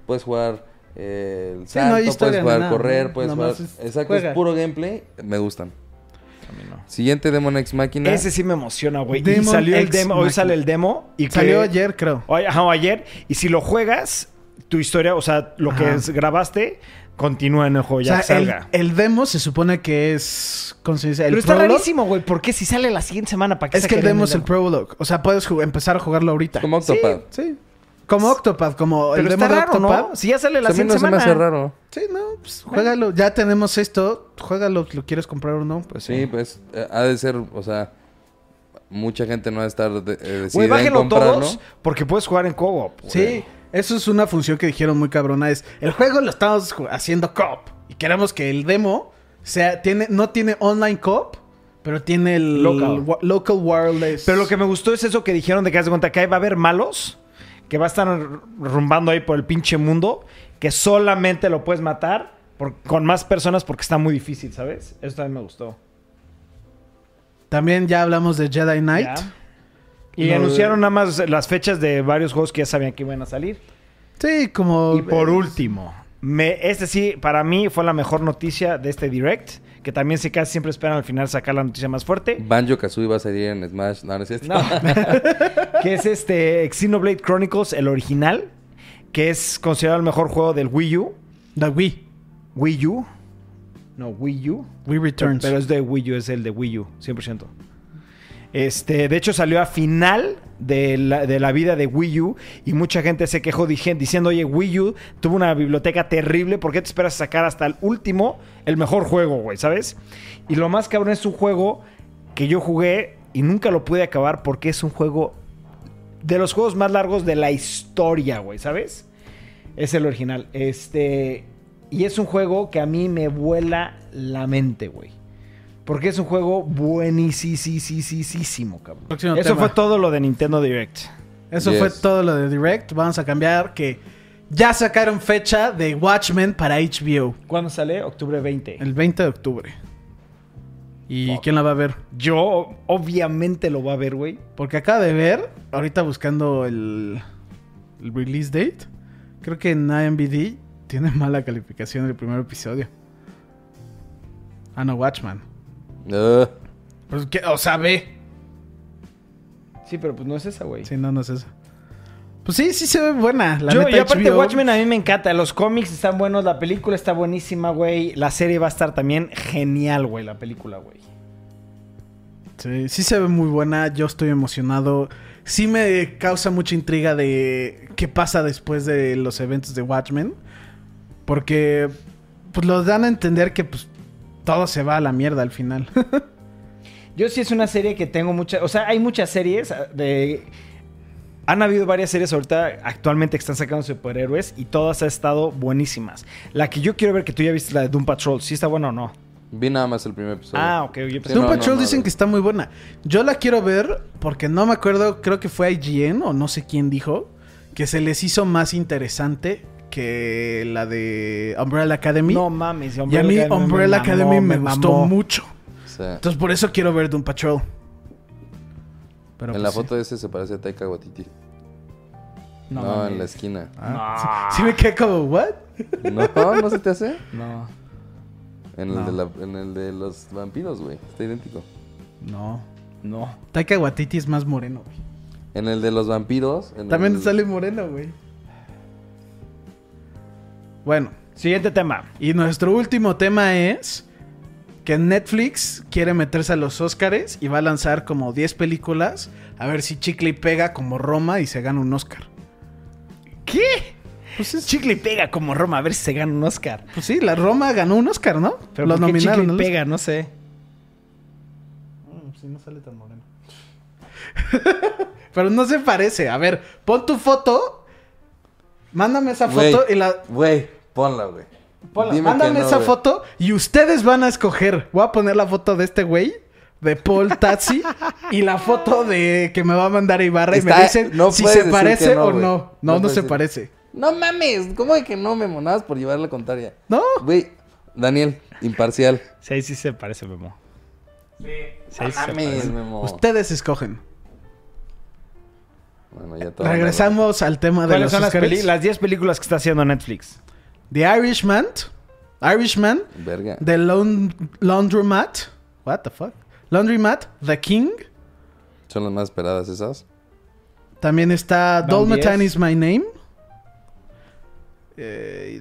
Speaker 2: puedes jugar eh, el
Speaker 3: Sí, no hay
Speaker 2: salto, puedes
Speaker 3: historia ni
Speaker 2: jugar
Speaker 3: nada,
Speaker 2: correr,
Speaker 3: ¿no?
Speaker 2: puedes
Speaker 3: Nada
Speaker 2: jugar,
Speaker 3: más es-
Speaker 2: exacto,
Speaker 3: juega.
Speaker 2: es puro gameplay, me gustan. Siguiente Demon X Máquina.
Speaker 1: Ese sí me emociona, güey. Y
Speaker 3: Demon
Speaker 1: salió el
Speaker 3: X
Speaker 1: demo, hoy
Speaker 3: Machina.
Speaker 1: sale el demo y que-
Speaker 3: Salió ayer, creo.
Speaker 1: Hoy- ajá, o ayer. Y si lo juegas, tu historia, o sea, lo que
Speaker 3: Ajá.
Speaker 1: es- grabaste, continúa en el juego, ya
Speaker 3: o
Speaker 1: que
Speaker 3: sea, el,
Speaker 1: salga.
Speaker 3: el demo se supone que es. ¿Cómo se dice? El
Speaker 1: Pero está
Speaker 3: prólogo.
Speaker 1: rarísimo, güey. ¿Por qué si sale la siguiente semana? ¿Para qué
Speaker 3: Es que el
Speaker 1: sacarían
Speaker 3: demo es el prologue. O sea, puedes ju- empezar a jugarlo ahorita.
Speaker 2: Como Octopad.
Speaker 3: Sí. Como Octopad, como
Speaker 1: Pero
Speaker 3: el demo
Speaker 1: está
Speaker 3: de
Speaker 1: raro,
Speaker 3: Octopad.
Speaker 1: ¿no? Si ya sale la
Speaker 2: Pues a mí
Speaker 1: siguiente
Speaker 2: no se me
Speaker 1: semana.
Speaker 2: hace raro.
Speaker 3: Sí, no, pues juégalo. Ya tenemos esto. Juégalo, lo quieres comprar o no. Pues
Speaker 2: Sí, pues eh, ha de ser, o sea, mucha gente no va a estar de, eh, decidida
Speaker 1: Güey,
Speaker 2: en
Speaker 1: bájenlo
Speaker 2: comprarlo.
Speaker 1: todos porque puedes jugar en co
Speaker 3: Sí, eso es una función que dijeron muy cabrona. Es el juego lo estamos ju- haciendo cop. Y queremos que el demo sea, tiene, no tiene online cop, pero tiene el
Speaker 1: Local.
Speaker 3: wa- local wireless.
Speaker 1: Pero lo que me gustó es eso que dijeron de que haz de cuenta que ahí va a haber malos que va a estar rumbando ahí por el pinche mundo que solamente lo puedes matar por- con más personas porque está muy difícil, ¿sabes? Eso también me gustó.
Speaker 3: También ya hablamos de Jedi Knight.
Speaker 1: Ya. Y
Speaker 3: Lo-
Speaker 1: anunciaron nada más las fechas de varios juegos que ya sabían que iban a salir.
Speaker 3: Sí, como. eh,
Speaker 1: Y por último, me, este sí, para mí fue la mejor noticia de este direct. Que también se casi siempre esperan al final sacar la noticia más fuerte.
Speaker 2: Banjo Kazooie va a salir en Smash. No, no es cierto.
Speaker 1: No. que es este Xenoblade Chronicles, el original. Que es considerado el mejor juego del Wii U.
Speaker 3: The Wii.
Speaker 1: Wii U. No, Wii U.
Speaker 3: Wii Returns.
Speaker 1: Pero es de Wii U, es el de Wii U, 100%. Este, de hecho, salió a final de la, de la vida de Wii U y mucha gente se quejó dije- diciendo, oye, Wii U tuvo una biblioteca terrible, ¿por qué te esperas sacar hasta el último el mejor juego, güey, ¿sabes? Y lo más cabrón es un juego que yo jugué y nunca lo pude acabar porque es un juego de los juegos más largos de la historia, güey, ¿sabes? Es el original. Este. Y es un juego que a mí me vuela la mente, güey. Porque es un juego buenísimo, cabrón.
Speaker 3: Próximo
Speaker 1: Eso
Speaker 3: tema.
Speaker 1: fue todo lo de Nintendo Direct.
Speaker 3: Eso
Speaker 2: Yes.
Speaker 3: fue todo lo de Direct. Vamos a cambiar que ya sacaron fecha de Watchmen para HBO.
Speaker 1: ¿Cuándo sale? Octubre 20.
Speaker 3: El 20 de octubre. ¿Y quién la va a ver?
Speaker 1: Yo, obviamente, lo va a ver, güey.
Speaker 3: Porque acaba de ver, ahorita buscando el, el release date, creo que en IMBD tiene mala calificación el primer episodio. Ah, no, Watchman.
Speaker 2: Ugh.
Speaker 3: Pues, ¿qué? O sea, ve.
Speaker 1: Sí, pero pues no es esa, güey.
Speaker 3: Sí, no, no es esa. Pues sí, sí se ve buena. La
Speaker 1: Yo,
Speaker 3: neta,
Speaker 1: y aparte,
Speaker 3: HBO.
Speaker 1: Watchmen a mí me encanta. Los cómics están buenos, la película está buenísima, güey. La serie va a estar también genial, güey, la película, güey.
Speaker 3: Sí, sí se ve muy buena. Yo estoy emocionado. Sí me causa mucha intriga de qué pasa después de los eventos de Watchmen. Porque pues los dan a entender que pues todo se va a la mierda al final.
Speaker 1: Yo sí es una serie que tengo muchas... O sea, hay muchas series ah, de... Han habido varias series ahorita actualmente que están sacando superhéroes y todas han estado buenísimas. La que yo quiero ver que tú ya viste, la de Doom Patrol, ¿sí está buena o no?
Speaker 2: Vi nada más el primer episodio.
Speaker 1: Ah, ok. Yo pensé-
Speaker 3: Doom
Speaker 2: no, no,
Speaker 3: Patrol
Speaker 2: no,
Speaker 3: dicen
Speaker 2: no.
Speaker 3: que está muy buena. Yo la quiero ver porque no me acuerdo, creo que fue IGN o no sé quién dijo que se les hizo más interesante que la de Umbrella Academy.
Speaker 1: No mames,
Speaker 3: y a mí Umbrella Academy me, gustó
Speaker 1: mucho.
Speaker 3: mucho.
Speaker 2: Sí.
Speaker 3: Entonces por eso quiero ver Doom Patrol. Pero
Speaker 2: en
Speaker 3: pues
Speaker 2: la
Speaker 3: sí.
Speaker 2: foto ese se parece a Taika Waititi.
Speaker 1: No
Speaker 2: No,
Speaker 1: mames. Ah.
Speaker 2: en la esquina.
Speaker 3: Sí, sí me quedé como, ¿what?
Speaker 2: No, no se te hace.
Speaker 3: No.
Speaker 2: En el,
Speaker 3: No.
Speaker 2: de, la- en el de los vampiros, güey. Está idéntico.
Speaker 3: No.
Speaker 1: No.
Speaker 3: Taika Waititi es más moreno, güey.
Speaker 2: En el de los vampiros. en
Speaker 3: También
Speaker 2: el-
Speaker 3: sale moreno, güey. Bueno.
Speaker 1: Siguiente tema.
Speaker 3: Y nuestro último tema es que Netflix quiere meterse a los Oscars y va a lanzar como 10 películas a ver si Chicle y pega como Roma y se gana un Oscar.
Speaker 1: ¿Qué? Pues Chicle y pega como Roma, a ver si se gana un Oscar.
Speaker 3: Pues sí, la Roma ganó un Oscar, ¿no?
Speaker 1: Pero
Speaker 3: Los
Speaker 1: ¿por qué
Speaker 3: nominaron.
Speaker 1: Chicle
Speaker 3: ¿no?
Speaker 1: y pega, no sé.
Speaker 3: Mm, sí, no sale tan moreno. Pero no se parece. A ver, pon tu foto. Mándame esa
Speaker 2: Güey,
Speaker 3: foto y la.
Speaker 2: Güey, ponla, güey.
Speaker 3: Ponla,
Speaker 2: Dime
Speaker 3: mándame
Speaker 2: que no,
Speaker 3: esa
Speaker 2: güey.
Speaker 3: foto y ustedes van a escoger. Voy a poner la foto de este güey, de Paul Tazzi, y la foto de que me va a mandar Ibarra y me
Speaker 2: Está-
Speaker 3: dicen
Speaker 2: no
Speaker 3: si
Speaker 2: puedes
Speaker 3: se
Speaker 2: decir
Speaker 3: parece
Speaker 2: que no,
Speaker 3: o
Speaker 2: güey.
Speaker 3: no.
Speaker 2: No
Speaker 3: No, no,
Speaker 2: puedes
Speaker 3: se
Speaker 2: decir-
Speaker 3: parece.
Speaker 2: No mames, ¿cómo de que no me monabas por llevarla la contraria?
Speaker 3: No.
Speaker 2: Güey, Daniel, imparcial.
Speaker 1: Sí, ahí sí se parece, Memo. Sí. ahí Sí,
Speaker 2: No
Speaker 1: se
Speaker 2: mames,
Speaker 1: parece.
Speaker 2: Memo.
Speaker 3: Ustedes escogen.
Speaker 2: Bueno, ya todo.
Speaker 3: Regresamos al tema de
Speaker 1: ¿Cuáles
Speaker 3: los
Speaker 1: son las,
Speaker 3: Óscares.
Speaker 1: peli- las 10 películas que está haciendo Netflix?
Speaker 3: The Irishman, Irishman,
Speaker 2: Verga.
Speaker 3: The Laun- Laundromat, what the fuck? Laundromat, The King,
Speaker 2: Son las más esperadas esas.
Speaker 3: también está
Speaker 1: Van
Speaker 3: Dolmetine
Speaker 1: 10.
Speaker 3: is my name.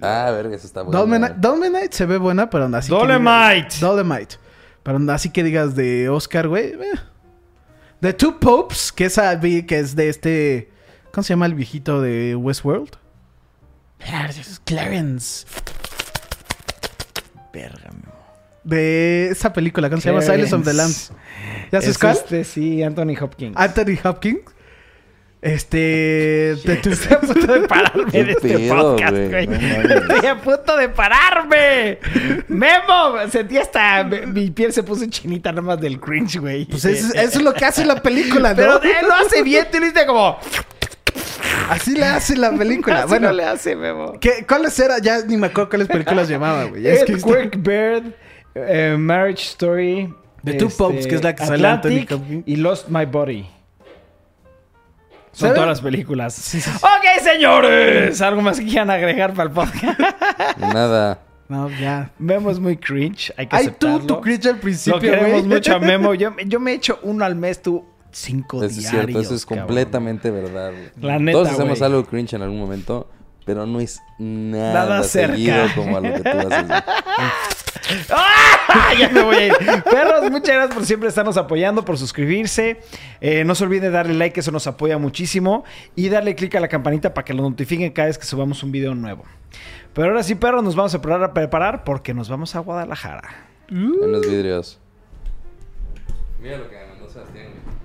Speaker 2: Ah, verga, esa está buena.
Speaker 3: Dolmeni- Dolmenite se ve buena, pero así que digas-
Speaker 1: Dolomite.
Speaker 3: Dolomite. Pero así que digas de Oscar, güey. eh. The Two Popes, que esa vi que es de este. ¿Cómo se llama el viejito de Westworld? Clarence- Clarence.
Speaker 1: Verga,
Speaker 3: De esa película, ¿cómo se llama? Silence of the Lambs. ¿Ya sabes
Speaker 1: es
Speaker 3: cuál?
Speaker 1: Este, sí, Anthony Hopkins.
Speaker 3: Anthony Hopkins. Este. The Two
Speaker 1: Estoy a punto de pararme
Speaker 2: Qué
Speaker 1: de este
Speaker 2: pedo,
Speaker 1: podcast,
Speaker 2: güey.
Speaker 1: güey.
Speaker 2: No mames.
Speaker 1: Estoy a punto de pararme. Memo, sentí hasta. Mi piel se puso chinita nada más del cringe, güey.
Speaker 3: Pues es- eso es lo que hace la película, ¿no?
Speaker 1: Pero él lo hace bien, tú le hiciste como.
Speaker 3: Así le hace la película.
Speaker 1: Así
Speaker 3: bueno,
Speaker 1: no le hace, Memo.
Speaker 3: ¿qué- ¿cuáles eran? Ya ni me acuerdo cuáles películas llamaba, güey. Es que este está-
Speaker 1: Quick Bird, eh, Marriage Story.
Speaker 3: The Two Popes, que es la que sale
Speaker 1: Atlantic
Speaker 3: Anthony Hopkins.
Speaker 1: Y Lost My Body. Son
Speaker 3: ¿Saben?
Speaker 1: todas las películas.
Speaker 3: sí, sí.
Speaker 1: Ok, señores. ¿Algo más que quieran agregar para el podcast?
Speaker 2: Nada.
Speaker 3: No, ya.
Speaker 1: Memo es muy cringe. Hay que
Speaker 3: Ay,
Speaker 1: aceptarlo.
Speaker 3: tú, tu cringe al
Speaker 1: Lo
Speaker 3: principio,
Speaker 1: queremos
Speaker 3: güey.
Speaker 1: mucho a Memo. Yo, yo me echo uno al mes, tú cinco
Speaker 2: Eso
Speaker 1: diarios.
Speaker 2: es cierto, eso es
Speaker 1: cabrón.
Speaker 2: completamente verdad. güey.
Speaker 1: La neta,
Speaker 2: Todos hacemos
Speaker 1: güey.
Speaker 2: algo cringe en algún momento, pero no es nada,
Speaker 1: Nada cerca.
Speaker 2: seguido como a lo que tú haces. güey.
Speaker 1: Ah, ya me voy a ir. Perros, muchas gracias por siempre estarnos apoyando, por suscribirse. Eh, no se olvide darle like, eso nos apoya muchísimo. Y darle click a la campanita para que lo notifiquen cada vez que subamos un video nuevo. Pero ahora sí, perros, nos vamos a probar a preparar porque nos vamos a Guadalajara.
Speaker 2: En los vidrios. Mira lo que ganan, no se las tienen.